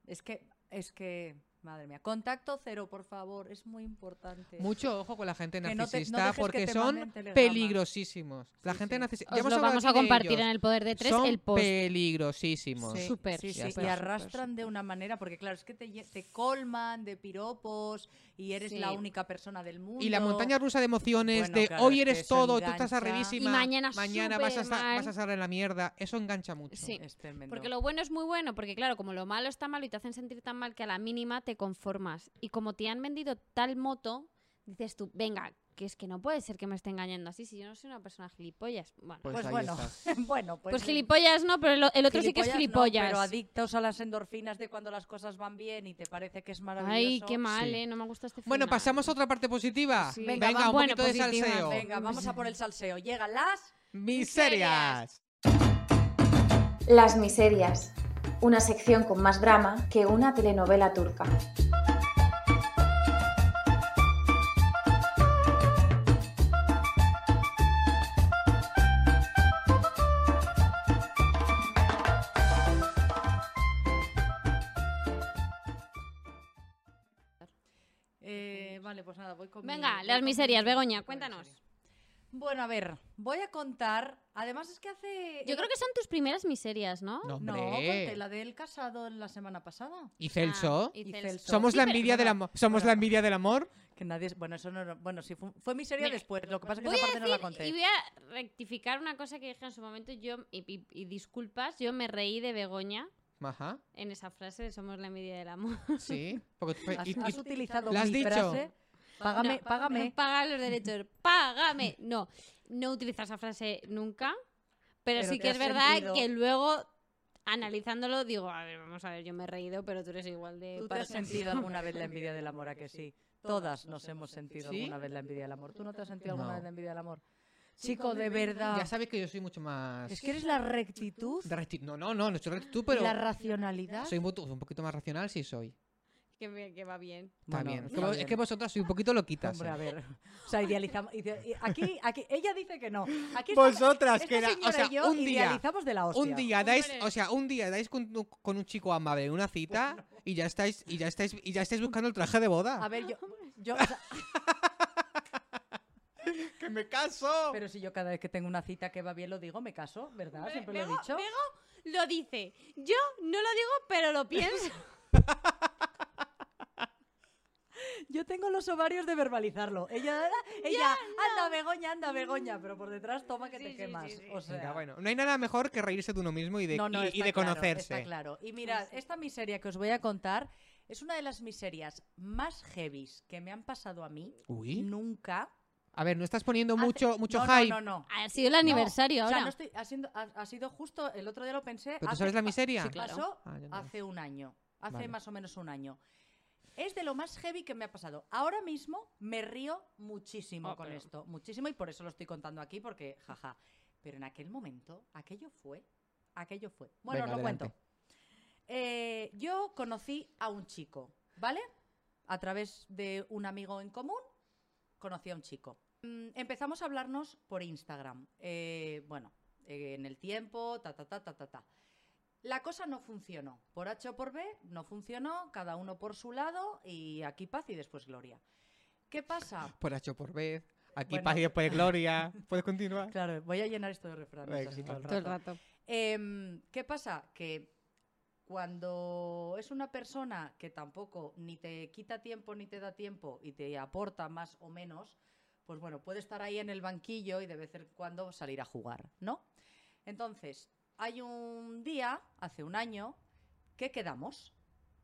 S2: Es que, es que, madre mía. Contacto cero, por favor, es muy importante.
S4: Mucho ojo con la gente
S2: Que no te- no
S4: narcisista
S2: dejes que
S4: porque
S2: te
S4: son
S2: manden telegramas.
S4: peligrosísimos. La
S2: Sí,
S4: gente
S2: sí.
S4: narcisista.
S3: Os lo vamos a compartir en el Poder de Tres,
S4: Son
S3: el post.
S4: peligrosísimos.
S2: Sí,
S3: Súper,
S2: sí, sí,
S4: ya
S2: y
S4: está.
S2: arrastran de una manera, porque claro, es que te, lle- te colman de piropos y eres
S3: Sí.
S2: la única persona del mundo.
S4: Y la montaña rusa de emociones
S2: Bueno,
S4: de
S2: claro, es
S4: hoy
S2: que
S4: eres
S2: eso
S4: todo, tú estás
S2: engancha.
S4: arribísima.
S3: Y mañana
S4: vas,
S3: súper
S4: a estar,
S3: mal.
S4: vas a estar en la mierda. Eso engancha mucho.
S3: Sí.
S2: Es tremendo.
S3: Porque lo bueno es muy bueno, porque claro, como lo malo está malo y te hacen sentir tan mal que a la mínima te conformas. Y como te han vendido tal moto, dices tú, venga, que es que no puede ser que me esté engañando así, si yo no soy una persona gilipollas. Bueno, pues,
S4: Pues,
S2: Pues
S4: ahí
S2: bueno,
S4: estás.
S2: bueno, pues,
S3: gilipollas no, pero el, el otro sí que es
S2: no,
S3: gilipollas.
S2: pero adictos a las endorfinas de cuando las cosas van bien y te parece que es maravilloso.
S3: Ay, qué mal,
S4: Sí.
S3: eh, no me gusta este
S4: Bueno,
S3: final.
S4: pasamos a otra parte positiva.
S3: Sí.
S4: Venga,
S2: Venga,
S4: un
S2: va-
S3: bueno,
S4: poquito de
S3: positiva,
S4: salseo.
S2: Venga, vamos a por el salseo. Llegan las...
S4: Miserias.
S6: Las miserias, una sección con más drama que una telenovela turca.
S2: Eh, vale, pues nada, voy con mi-
S3: Venga,
S2: voy
S3: las
S2: con mi-
S3: miserias, Begoña,
S2: voy con mi
S3: cuéntanos.
S2: miseria. Bueno, a ver, voy a contar... Además es que hace...
S3: Yo creo que son tus primeras miserias, ¿no?
S4: No,
S2: No,
S4: hombre.
S2: conté la del casado la semana pasada.
S4: ¿Y Celso?
S3: Ah, y
S2: Y
S3: Celso.
S2: Celso.
S4: Somos
S2: Sí,
S4: la
S2: pero-
S4: envidia del amor. Somos
S2: Bueno.
S4: la envidia del amor.
S2: Que nadie... es- Bueno, eso no... no- Bueno, sí, fue, fue mi serie
S3: Mira,
S2: después. Lo que pasa es que
S3: Voy
S2: esa
S3: a
S2: parte
S3: decir,
S2: no la conté.
S3: y voy a rectificar una cosa que dije en su momento, yo, y, y- y disculpas, yo me reí de Begoña
S4: Ajá.
S3: en esa frase de somos la envidia del amor.
S4: Sí. Porque tú-
S2: ¿Has,
S4: y- y-
S2: has utilizado
S4: ¿La has
S2: mi
S4: dicho?
S2: frase? Págame,
S3: No,
S2: págame.
S3: Paga los derechos. Págame. No, no utilizas esa frase nunca. Pero,
S2: Pero
S3: sí
S2: te
S3: que
S2: has
S3: es verdad
S2: sentido-
S3: que luego, analizándolo, digo, a ver, vamos a ver, yo me he reído, pero tú eres igual de...
S2: ¿Tú te has
S3: parsa".
S2: sentido alguna vez la envidia del amor a que sí? Todas nos hemos sentido
S4: ¿Sí?
S2: alguna vez la envidia del amor. ¿Tú no te has sentido
S4: No.
S2: alguna vez la envidia del amor? Chico, de verdad.
S4: ya sabes que yo soy mucho más.
S2: Es que eres la rectitud,
S4: de recti- No, no, no, no soy rectitud,
S2: y
S4: pero.
S2: la racionalidad.
S4: Soy un, poquito- un poquito más racional, sí soy.
S3: Que, me- que va bien.
S2: Bueno,
S4: También. Es que
S2: está
S4: vos- Es
S2: bien.
S4: que vosotras sois un poquito loquitas.
S2: Hombre, a
S4: eh.
S2: ver. O sea, idealizamos. ide- y- Aquí, aquí, ella dice que no. Aquí está-
S4: Vosotras,
S2: esta
S4: Pues que era.
S2: señora
S4: O sea,
S2: y yo
S4: un día.
S2: idealizamos de la hostia.
S4: Un día dais,
S3: Hombre.
S4: o sea, un día dais con, un- con un chico amable en una cita y ya estáis, y ya estáis, y ya estáis buscando el traje de boda.
S2: A ver, yo. yo o sea,
S4: ¡Que me caso!
S2: pero si yo cada vez que tengo una cita que va bien lo digo, me caso, ¿verdad?
S3: Hombre,
S2: Siempre lo he
S3: Bego-
S2: dicho.
S3: Bego lo dice. Yo no lo digo, pero lo pienso.
S2: Yo tengo los ovarios de verbalizarlo. Ella, ¡ah! ella anda Begoña, anda Begoña, pero por detrás toma que
S3: Sí,
S2: te
S3: sí,
S2: quemas.
S3: sí, sí.
S2: O sea,
S4: Venga, bueno, no hay nada mejor que reírse de uno mismo y de,
S2: no, no,
S4: y- y,
S2: está
S4: de
S2: claro,
S4: conocerse.
S2: está claro. Y mirad, esta miseria que os voy a contar es una de las miserias más heavies que me han pasado a mí
S4: Uy.
S2: nunca.
S4: A ver, no estás poniendo
S2: Hace-
S4: mucho,
S2: no,
S4: mucho hype.
S2: No, no, no.
S3: Ha sido el aniversario
S2: No,
S3: ahora.
S2: O sea, no estoy, ha, sido, ha, ha sido justo, el otro día lo pensé.
S4: ¿Pero tú
S2: hace-
S4: sabes la
S2: pa-
S4: miseria?
S3: sí, claro.
S2: pasó
S4: Ah, ya no.
S2: hace un año, hace
S4: Vale.
S2: más o menos un año. Es de lo más heavy que me ha pasado. Ahora mismo me río muchísimo
S3: Ah,
S2: con
S3: pero-
S2: esto, muchísimo, y por eso lo estoy contando aquí, porque jaja. Pero en aquel momento, aquello fue, aquello fue. Bueno,
S4: Venga,
S2: os lo
S4: adelante.
S2: cuento. Eh, yo conocí a un chico, ¿vale? A través de un amigo en común, conocí a un chico. Mm, Empezamos a hablarnos por Instagram. Eh, bueno, eh, en el tiempo, ta, ta, ta, ta, ta, ta. La cosa no funcionó. Por H o por B, no funcionó. Cada uno por su lado y aquí paz y después gloria. ¿Qué pasa?
S4: Por H o por B. Aquí
S2: Bueno.
S4: paz y después gloria. ¿Puedes continuar?
S2: Claro, voy a llenar esto de refranes
S4: Venga.
S2: así todo el
S3: Todo el
S2: rato.
S3: rato.
S2: Em, ¿Qué pasa? Que cuando es una persona que tampoco ni te quita tiempo ni te da tiempo y te aporta más o menos, pues bueno, puede estar ahí en el banquillo y de vez en cuando salir a jugar, ¿no? Entonces, hay un día, hace un año, que quedamos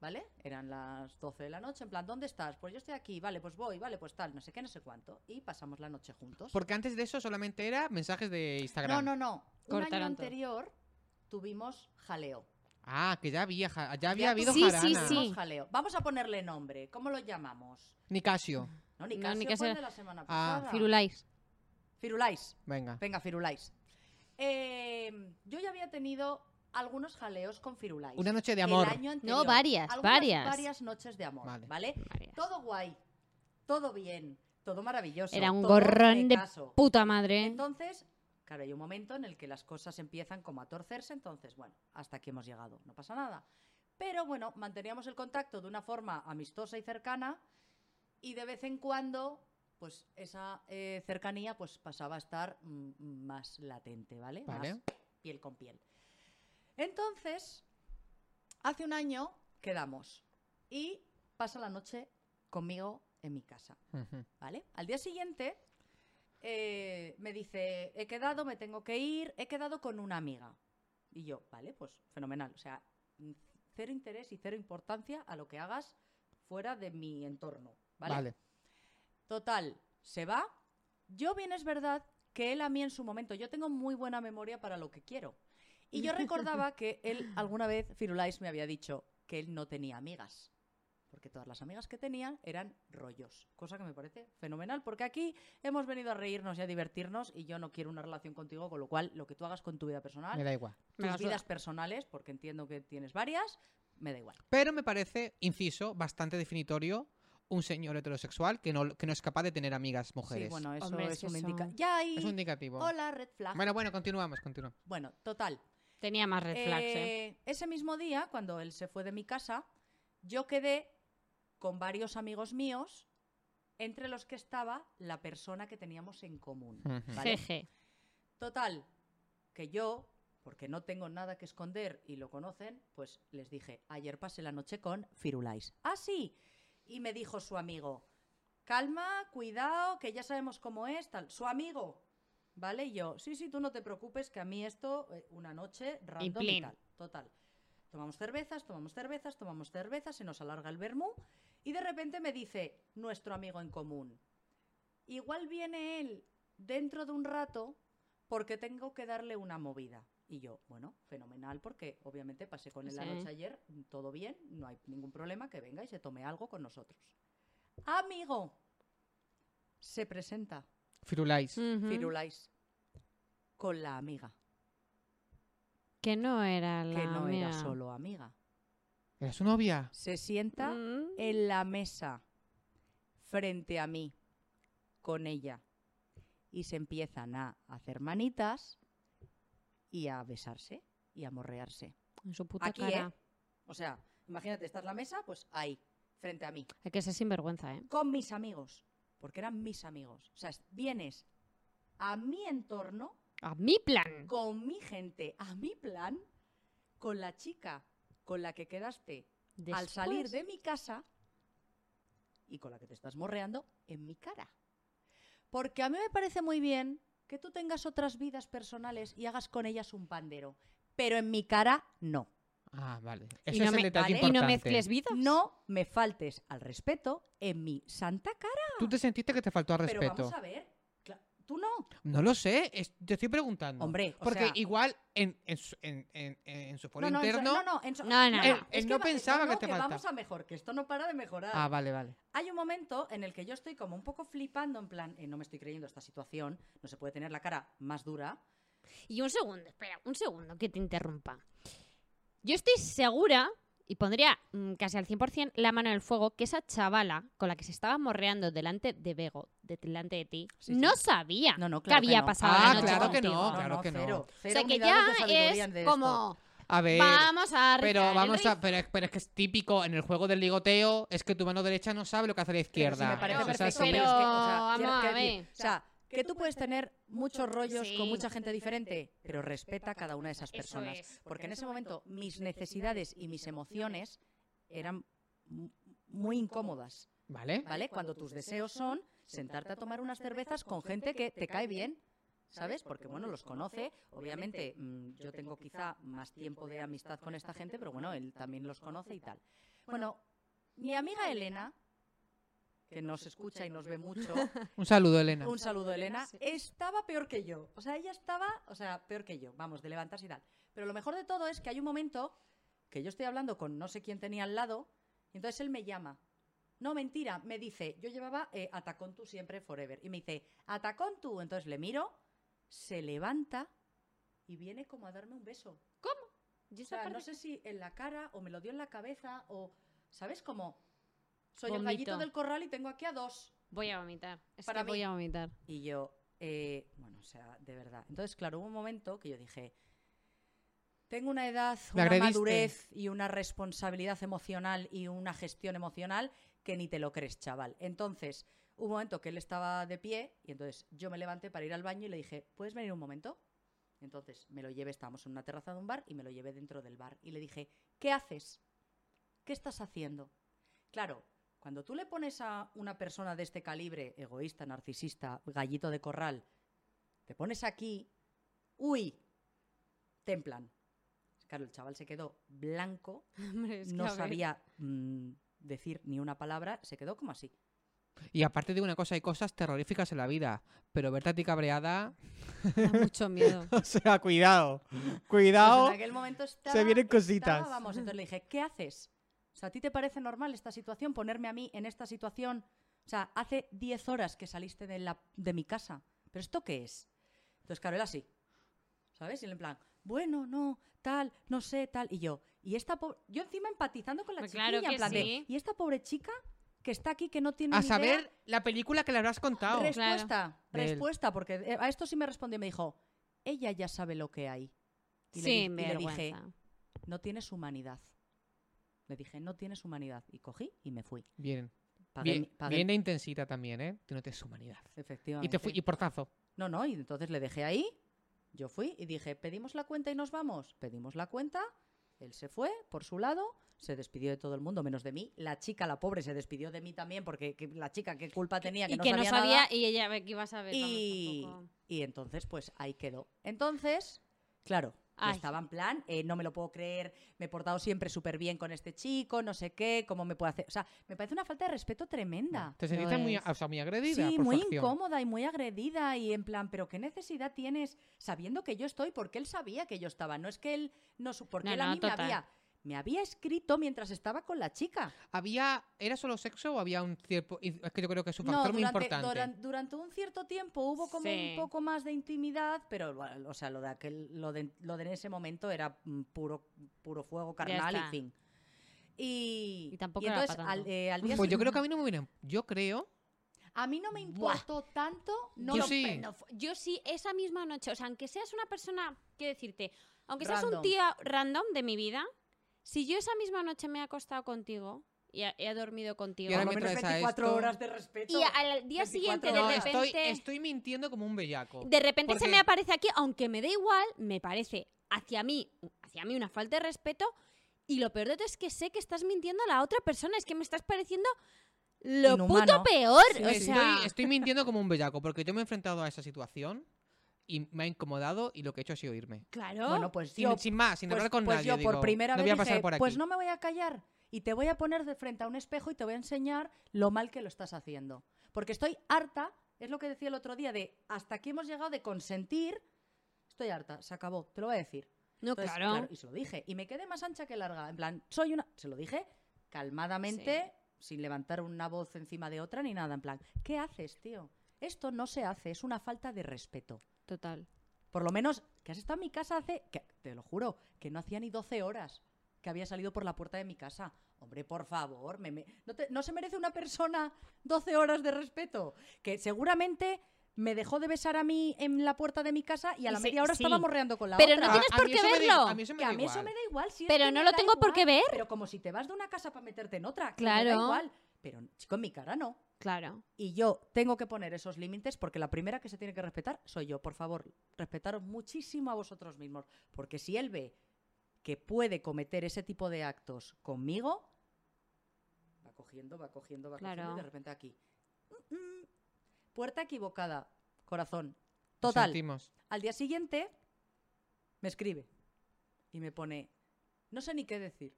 S2: ¿Vale? Eran las 12 de la noche, en plan, ¿dónde estás? Pues yo estoy aquí, vale, pues voy, vale, pues tal, no sé qué, no sé cuánto. Y pasamos la noche juntos.
S4: Porque antes de eso solamente era mensajes de
S2: No,
S4: Instagram.
S2: no, no. Un año
S3: Cortaron todo.
S2: anterior tuvimos jaleo.
S4: Ah, que ya había, ja- ya había
S2: Ya
S4: habido
S3: Sí, sí,
S4: jarana.
S3: sí.
S2: Tuvimos jaleo. Vamos a ponerle nombre. ¿Cómo lo llamamos?
S4: Nicasio.
S2: No, ni
S3: No,
S2: casi
S3: ni
S2: fue
S3: Casio.
S2: el de la semana
S4: Ah.
S2: pasada.
S3: Firulais.
S2: Firulais.
S4: Venga.
S2: Venga, Firulais. Eh, yo ya había tenido algunos jaleos con Firulais.
S4: Una noche de amor.
S2: El año anterior.
S3: No, varias,
S2: Algunas
S3: varias.
S2: Varias noches de amor,
S4: Vale.
S2: ¿vale?
S3: Varias.
S2: Todo guay, todo bien, todo maravilloso.
S3: Era un
S2: todo
S3: gorrón de
S2: caso.
S3: puta madre.
S2: Entonces, claro, hay un momento en el que las cosas empiezan como a torcerse, entonces, bueno, hasta aquí hemos llegado, no pasa nada. Pero bueno, manteníamos el contacto de una forma amistosa y cercana y de vez en cuando, pues esa eh, cercanía pues pasaba a estar mm, más latente, ¿vale?
S4: Vale.
S2: Más piel con piel. Entonces, hace un año quedamos y pasa la noche conmigo en mi casa.
S4: Ujú.
S2: ¿vale? Al día siguiente eh, me dice, he quedado, me tengo que ir, he quedado con una amiga. Y yo, vale, pues fenomenal. O sea, mm, cero interés y cero importancia a lo que hagas fuera de mi entorno, ¿vale?
S4: Vale.
S2: Total, se va. Yo bien es verdad que él a mí en su momento, yo tengo muy buena memoria para lo que quiero. Y yo recordaba que él alguna vez, Firulais, me había dicho que él no tenía amigas. Porque todas las amigas que tenía eran rollos. Cosa que me parece fenomenal, porque aquí hemos venido a reírnos y a divertirnos y yo no quiero una relación contigo, con lo cual lo que tú hagas con tu vida
S4: Me
S2: personal,
S4: da igual.
S3: Me la
S2: tus
S3: suda.
S2: vidas personales, porque entiendo que tienes varias, me da igual.
S4: Pero me parece, inciso, bastante definitorio un señor heterosexual que no, que no es capaz de tener amigas mujeres.
S2: Sí, bueno, eso
S3: Hombre, es
S2: es,
S3: que
S2: un
S3: son-
S2: indicador. Ya ahí.
S4: Es un indicativo.
S2: Hola, red flag.
S4: Bueno, bueno, continuamos, continuamos.
S2: bueno total.
S3: Tenía más red flags, ¿eh?
S2: Eh, Ese mismo día, cuando él se fue de mi casa, yo quedé con varios amigos míos, entre los que estaba la persona que teníamos en común.
S4: Ujú.
S2: ¿vale?
S3: Jeje.
S2: Total, que yo, porque no tengo nada que esconder y lo conocen, pues les dije, ayer pasé la noche con Firulais. Ah, sí. Y me dijo su amigo, calma, cuidado, que ya sabemos cómo es, tal. Su amigo. ¿Vale? Y yo, sí, sí, tú no te preocupes, que a mí esto, eh, una noche, random y
S3: plin.
S2: tal. Total. Tomamos cervezas, tomamos cervezas, tomamos cervezas, se nos alarga el vermú y de repente me dice nuestro amigo en común, igual viene él dentro de un rato porque tengo que darle una movida. Y yo, bueno, fenomenal, porque obviamente pasé con él la
S3: Sí.
S2: noche ayer, todo bien, no hay ningún problema, que venga y se tome algo con nosotros. Amigo, se presenta
S4: Firulais.
S2: Mm.
S3: Ujú.
S2: Firulais con la amiga,
S3: Que no era la
S2: que no
S3: mía.
S2: era solo amiga.
S4: ¿Era su novia?
S2: Se sienta
S3: Mm.
S2: en la mesa, frente a mí, con ella. Y se empiezan a hacer manitas y a besarse y a morrearse.
S3: En su puta
S2: Aquí,
S3: cara.
S2: ¿eh? O sea, imagínate, estás la mesa, pues ahí, frente a mí,
S3: Hay que ser sinvergüenza, ¿eh?
S2: con mis amigos, porque eran mis amigos. O sea, es- vienes a mi entorno,
S3: A mi plan.
S2: con mi gente, a mi plan, con la chica con la que quedaste al
S3: Después.
S2: salir de mi casa y con la que te estás morreando en mi cara. Porque a mí me parece muy bien que tú tengas otras vidas personales y hagas con ellas un pandero, pero en mi cara no.
S4: Ah, vale.
S3: Y
S4: Ese
S3: no
S4: es el
S3: me-
S4: detalle
S2: vale.
S3: Y
S4: importante.
S3: no mezcles vidas.
S2: No me faltes al respeto en mi santa cara.
S4: Tú te sentiste que te faltó al
S2: Pero
S4: respeto.
S2: vamos a ver, cla- tú no.
S4: No lo sé, es- te estoy preguntando.
S2: Hombre, o
S4: Porque
S2: sea-
S4: igual en, en, su- en, en- en su foro
S2: no, no, en so-
S4: interno.
S2: no, no, en so-
S3: No, no, no.
S2: Es
S3: Él-
S4: él
S2: que
S4: no
S2: va-
S4: pensaba que te falta.
S2: vamos a mejor, que esto no para de mejorar.
S4: Ah, vale, vale.
S2: Hay un momento en el que yo estoy como un poco flipando, en plan, eh, no me estoy creyendo esta situación, no se puede tener la cara más dura.
S3: Y un segundo, espera, un segundo que te interrumpa. Yo estoy segura, y pondría mm, casi al 100% la mano en el fuego, que esa chavala con la que se estaba morreando delante de Bego, de- delante de ti,
S2: Sí, sí.
S3: no sabía
S2: No, no,
S3: que
S2: claro que
S3: había
S2: no.
S3: pasado
S4: Ah,
S3: la noche
S4: claro que no,
S3: contigo.
S4: claro que no.
S2: Cero,
S3: O
S2: cero
S3: sea que
S2: unidades de sabiduría
S3: ya
S2: en de
S3: es
S2: esto.
S3: como,
S4: A ver.
S3: vamos a
S4: Pero
S2: ¿eh?
S3: arriesgar,
S4: vamos
S3: ¿no?
S4: a. Pero, es- pero es que es típico en el juego del ligoteo: es que tu mano derecha no sabe lo que hace la
S2: Pero
S4: izquierda.
S2: si me parece
S3: No,
S4: Eso es
S2: perfecto,
S4: así.
S2: pero es que, o sea,
S3: Pero
S2: quiero-
S3: vamos a
S2: quiero decir,
S3: ver.
S2: O sea, que tú puedes tener muchos rollos con
S3: Sí.
S2: mucha gente diferente, pero respeta a cada una de esas
S3: Eso
S2: personas.
S3: es.
S2: Porque en ese momento mis necesidades y mis emociones eran mu- muy incómodas.
S4: Vale.
S2: ¿vale? Cuando tus deseos son sentarte a tomar unas cervezas con gente que te cae bien, ¿sabes? Porque, bueno, los conoce. Obviamente, mm, yo tengo quizá más tiempo de amistad con esta gente, pero bueno, él también los conoce y tal. Bueno, mi amiga Elena, que nos escucha y nos ve mucho,
S4: Un saludo, Elena.
S2: un saludo Elena, estaba peor que yo. O sea, ella estaba, o sea, peor que yo, vamos, de levantarse y tal. Pero lo mejor de todo es que hay un momento que yo estoy hablando con no sé quién tenía al lado, y entonces él me llama. No, mentira, me dice, yo llevaba eh, Atacón tú siempre, forever. Y me dice, Atacón tú. Entonces le miro, se levanta y viene como a darme un beso.
S3: ¿Cómo? Yo
S2: O
S3: esa
S2: sea, no sé
S3: parte-
S2: si en la cara o me lo dio en la cabeza o, ¿sabes? Como soy el
S3: Vomito.
S2: gallito del corral y tengo aquí a dos.
S3: Voy a vomitar. Es
S2: Para
S3: que voy
S2: mí.
S3: a vomitar.
S2: Y yo, eh, bueno, o sea, de verdad. Entonces, claro, hubo un momento que yo dije, tengo una edad,
S4: La
S2: una
S4: agrediste.
S2: madurez y una responsabilidad emocional y una gestión emocional que ni te lo crees, chaval. Entonces, hubo un momento que él estaba de pie y entonces yo me levanté para ir al baño y le dije, ¿puedes venir un momento? Entonces me lo llevé, estábamos en una terraza de un bar y me lo llevé dentro del bar y le dije, ¿qué haces? ¿Qué estás haciendo? Claro, cuando tú le pones a una persona de este calibre, egoísta, narcisista, gallito de corral, te pones aquí, uy, templan. Claro, el chaval se quedó blanco,
S3: Hombre, es que
S2: no
S3: a ver.
S2: sabía mm, decir ni una palabra, se quedó como así.
S4: Y aparte digo una cosa, hay cosas terroríficas en la vida, pero verte a ti cabreada...
S3: Da mucho miedo.
S4: O sea, cuidado,
S2: Pues
S4: cuidado.
S2: en aquel momento estaba,
S4: vienen cositas.
S2: estaba, vamos, entonces le dije, ¿qué haces? O sea, ¿a ti te parece normal esta situación? Ponerme a mí en esta situación. O sea, hace 10 horas que saliste de, la, de mi casa. ¿Pero esto qué es? Entonces, claro, él así. ¿Sabes? Y él en plan, bueno, no, tal, no sé, tal. Y yo, y esta pobre... Yo encima empatizando con la
S3: Pues
S2: chiquilla,
S3: claro que
S2: en plan de,
S3: sí.
S2: y esta pobre chica que está aquí, que no tiene
S4: A
S2: ni idea?
S4: saber la película que le habrás contado.
S3: Res-
S2: Respuesta,
S4: Del-
S2: respuesta, porque eh, a esto sí me respondió y me dijo, ella ya sabe lo que hay. Y le di- y
S3: Sin
S2: le dije,
S3: vergüenza.
S2: no tienes humanidad. Le dije, no tienes humanidad. Y cogí y me fui.
S4: Bien.
S2: Pagué, mi-
S4: Bien,
S2: pagué-
S4: bien de intensita también, ¿eh? Tú no tienes humanidad.
S2: Efectivamente.
S4: Y te fui, y portazo.
S2: No, no, y entonces le dejé ahí. Yo fui y dije, pedimos la cuenta y nos vamos. Pedimos la cuenta. Él se fue por su lado, se despidió de todo el mundo, menos de mí. La chica, la pobre, se despidió de mí también, porque que- la chica, ¿qué culpa tenía? Que
S3: y
S2: no
S3: que
S2: sabía,
S3: no sabía,
S2: nada.
S3: y ella a ver, que iba a saber. vamos,
S2: Y,
S3: tampoco.
S2: y entonces, pues ahí quedó. Entonces, claro, yo
S3: Ay.
S2: estaba en plan, eh, no me lo puedo creer, me he portado siempre súper bien con este chico, no sé qué, cómo me puede hacer. O sea, me parece una falta de respeto tremenda.
S4: Te sentiste
S3: Lo
S4: muy,
S3: es.
S4: o sea, muy agredida.
S2: Sí,
S4: por su
S2: muy
S4: acción.
S2: incómoda y muy agredida y en plan, pero ¿qué necesidad tienes sabiendo que yo estoy? Porque él sabía que yo estaba, no es que él no su porque
S3: No,
S2: él a
S3: no,
S2: mí
S3: total.
S2: me había me había escrito mientras estaba con la chica.
S4: ¿Había, ¿Era solo sexo o había un tiempo? Es que yo creo que es un factor
S2: no,
S4: muy
S2: durante,
S4: importante.
S2: duran- durante un cierto tiempo hubo como
S3: Sí.
S2: un poco más de intimidad, pero bueno, o sea, lo de aquel, lo de, lo de en ese momento era mm, puro, puro fuego carnal
S3: está.
S2: y fin. Y,
S3: Y tampoco era
S2: entonces
S3: pa' tanto.
S2: al, eh, al día
S4: Pues yo
S2: siguiente-
S4: creo que a mí no me vienen. Yo creo.
S2: a mí no me importó tanto, no
S4: Yo
S3: Yo,
S2: lo-
S4: sí.
S3: pero fu- yo sí, esa misma noche, o sea, aunque seas una persona, quiero decirte, aunque seas un
S2: Random.
S3: tío random de mi vida, si yo esa misma noche me he acostado contigo y he, he dormido contigo,
S4: Y ahora
S2: por lo menos
S4: mientras a
S2: 24
S4: esto-
S2: horas de respeto.
S3: y al día
S2: 24
S3: siguiente de
S4: No,
S2: horas.
S3: repente,
S4: estoy, estoy mintiendo como un bellaco.
S3: de repente se
S4: porque-
S3: me aparece aquí, aunque me da igual, me parece hacia mí, hacia mí una falta de respeto y lo peor de todo es que sé que estás mintiendo a la otra persona, es que me estás pareciendo lo
S2: Inhumano.
S3: puto peor, o
S4: estoy,
S3: sea,
S4: estoy mintiendo como un bellaco porque yo me he enfrentado a esa situación y me ha incomodado y lo que he hecho ha sido irme.
S3: claro.
S2: Bueno, pues
S4: Sin,
S2: yo,
S4: sin más, sin
S2: pues,
S4: hablar con
S2: pues
S4: nadie.
S2: yo por
S4: digo,
S2: primera vez
S4: no voy a
S2: dije,
S4: pasar por aquí.
S2: pues no me voy a callar y te voy a poner de frente a un espejo y te voy a enseñar lo mal que lo estás haciendo. Porque estoy harta, es lo que decía el otro día, de hasta aquí hemos llegado de consentir, estoy harta, se acabó, te lo voy a decir.
S3: no,
S2: Entonces,
S3: claro.
S2: Y se lo dije. Y me quedé más ancha que larga. En plan, soy una. Se lo dije calmadamente, sin levantar una voz encima de otra ni nada. En plan, ¿qué haces, tío? Esto no se hace, es una falta de respeto.
S3: Total.
S2: Por lo menos, que has estado en mi casa hace, que, te lo juro, que no hacía ni 12 horas que había salido por la puerta de mi casa. Hombre, por favor, me- me- ¿no, te- no se merece una persona 12 horas de respeto. Que seguramente me dejó de besar a mí en la puerta de mi casa y a
S3: Y
S2: la
S3: se-
S2: media hora
S3: sí.
S2: estaba morreando con la
S3: Pero
S2: otra.
S3: no
S4: A-
S3: tienes
S4: a
S3: por
S4: mí
S3: qué
S4: eso me da-
S3: verlo.
S4: a mí eso me
S2: Que
S4: da
S2: a mí eso
S4: igual.
S2: me da igual. si es
S3: Pero
S2: que
S3: no
S2: me
S3: lo
S2: da
S3: tengo por
S2: igual.
S3: qué ver.
S2: Pero como si te vas de una casa para meterte en otra. que Me
S3: Claro.
S2: da igual. Pero, chico, en mi cara no.
S3: Claro.
S2: Y yo tengo que poner esos límites porque la primera que se tiene que respetar soy yo. Por favor, respetaros muchísimo a vosotros mismos. Porque si él ve que puede cometer ese tipo de actos conmigo, va cogiendo, va cogiendo, va
S3: Claro.
S2: cogiendo y de repente aquí. Mm, mm. Puerta equivocada, corazón. Total.
S4: Sentimos.
S2: Al día siguiente me escribe y me pone, no sé ni qué decir.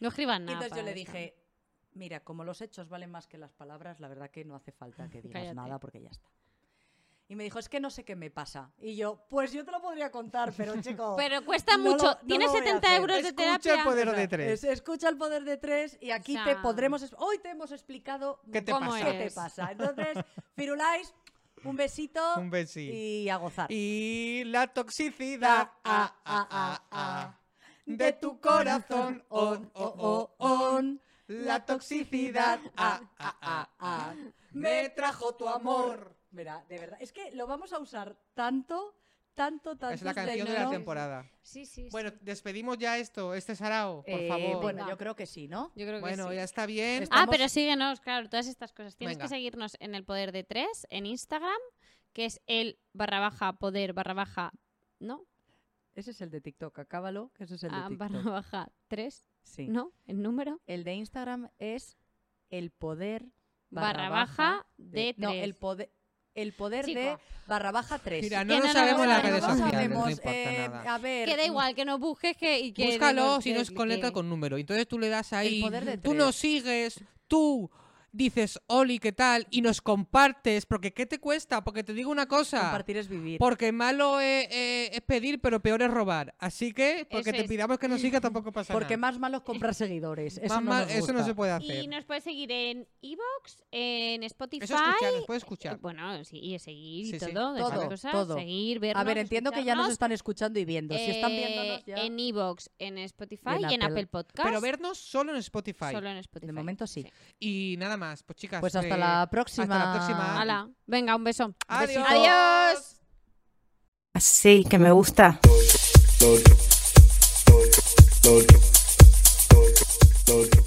S3: No escriban
S2: Y
S3: nada.
S2: entonces yo
S3: para
S2: le
S3: esto.
S2: dije, mira, como los hechos valen más que las palabras, la verdad que no hace falta que digas
S3: Cállate.
S2: nada porque ya está. Y me dijo, es que no sé qué me pasa. Y yo, pues yo te lo podría contar, pero chico.
S3: Pero cuesta
S2: no lo-
S3: mucho.
S2: no lo
S3: Tienes
S2: voy a
S3: 70
S2: hacer.
S3: euros de
S4: Escucha el
S3: terapia.
S4: poder de
S2: Esa,
S4: tres.
S2: es- escucha el poder de tres y aquí
S3: O
S2: te
S3: sea,
S2: podremos. es- Hoy te hemos explicado
S4: ¿Qué te
S3: ¿Cómo
S4: pasa?
S2: qué te
S3: eres?
S2: pasa. Entonces, Firulais, un besito.
S4: Un besito.
S2: Y a gozar.
S4: Y la toxicidad ah, ah, ah, ah, de tu corazón, on, oh, oh, on. La toxicidad ah, ah, ah, ah, me trajo tu amor.
S2: Mira, de verdad. Es que lo vamos a usar tanto, tanto, tanto.
S4: Es la canción de
S2: no-
S4: la
S2: no-
S4: temporada.
S1: Sí, sí. sí.
S4: Bueno, despedimos ya esto, este sarao, por
S2: Eh,
S4: favor.
S2: Bueno,
S3: Venga.
S2: yo creo que sí, ¿no?
S3: Yo creo que
S4: Bueno,
S3: sí.
S4: ya está bien.
S2: Está-
S3: Ah,
S2: Estamos-
S3: pero síguenos, claro, todas estas cosas. Tienes
S4: Venga.
S3: que seguirnos en el poder de tres, en Instagram, que es el barra baja poder barra baja, ¿no?
S2: Ese es el de TikTok, acábalo, que ese es el de
S3: Ah,
S2: TikTok.
S3: barra baja tres,
S2: Sí.
S3: ¿no? El número.
S2: El de Instagram es el poder
S3: Barra baja de
S2: No,
S3: tres.
S2: el poder el poder
S3: Chico.
S2: de barra baja 3.
S4: Mira,
S3: que
S4: no lo
S3: no lo
S4: sabemos las
S3: sabemos.
S4: redes
S3: No
S4: sociales,
S2: sabemos,
S4: no importa
S2: eh,
S4: nada.
S2: A ver,
S3: Que da igual, que no busques que, y que...
S4: Búscalo
S3: digo,
S4: si no es
S3: que-
S4: con letra,
S3: que-
S4: con número. Entonces tú le das ahí,
S2: poder de
S4: tú
S2: tres.
S4: nos sigues, tú dices Oli, ¿qué tal? Y nos compartes, porque ¿qué te cuesta? Porque te digo una cosa.
S2: Compartir es vivir.
S4: Porque malo es, eh, es pedir, pero peor es robar. Así que, porque
S3: Eso
S4: te
S3: es.
S4: pidamos que nos sigas, tampoco pasa
S2: Porque
S4: nada.
S2: más malo es comprar seguidores. Eso,
S4: Más
S2: no,
S4: mal-
S2: nos
S4: eso no
S2: gusta.
S4: se puede
S3: Y
S4: hacer.
S3: nos puedes seguir en Evox, en Spotify.
S4: Eso escuchar, nos puede
S3: eh,
S4: escuchar.
S3: Bueno, sí, y seguir
S4: Sí,
S3: y
S4: sí.
S3: todo, de
S2: Todo,
S3: esas cosas,
S2: todo.
S3: seguir, vernos,
S2: A ver, entiendo que ya nos
S3: escucharnos,
S2: están escuchando y viendo. si están
S3: eh,
S2: viéndonos ya.
S3: En Evox, en Spotify
S2: Y en
S3: y en
S2: Apple.
S3: Apple Podcast.
S4: Pero vernos solo en Spotify.
S3: Solo en Spotify.
S2: De momento sí.
S4: Y nada más, pues chicas.
S2: Pues hasta
S4: eh,
S2: la próxima.
S4: Hasta la próxima.
S3: Hala, venga, un beso.
S4: Adiós.
S3: Adiós.
S7: Así que me gusta.
S8: Lord, Lord, Lord, Lord.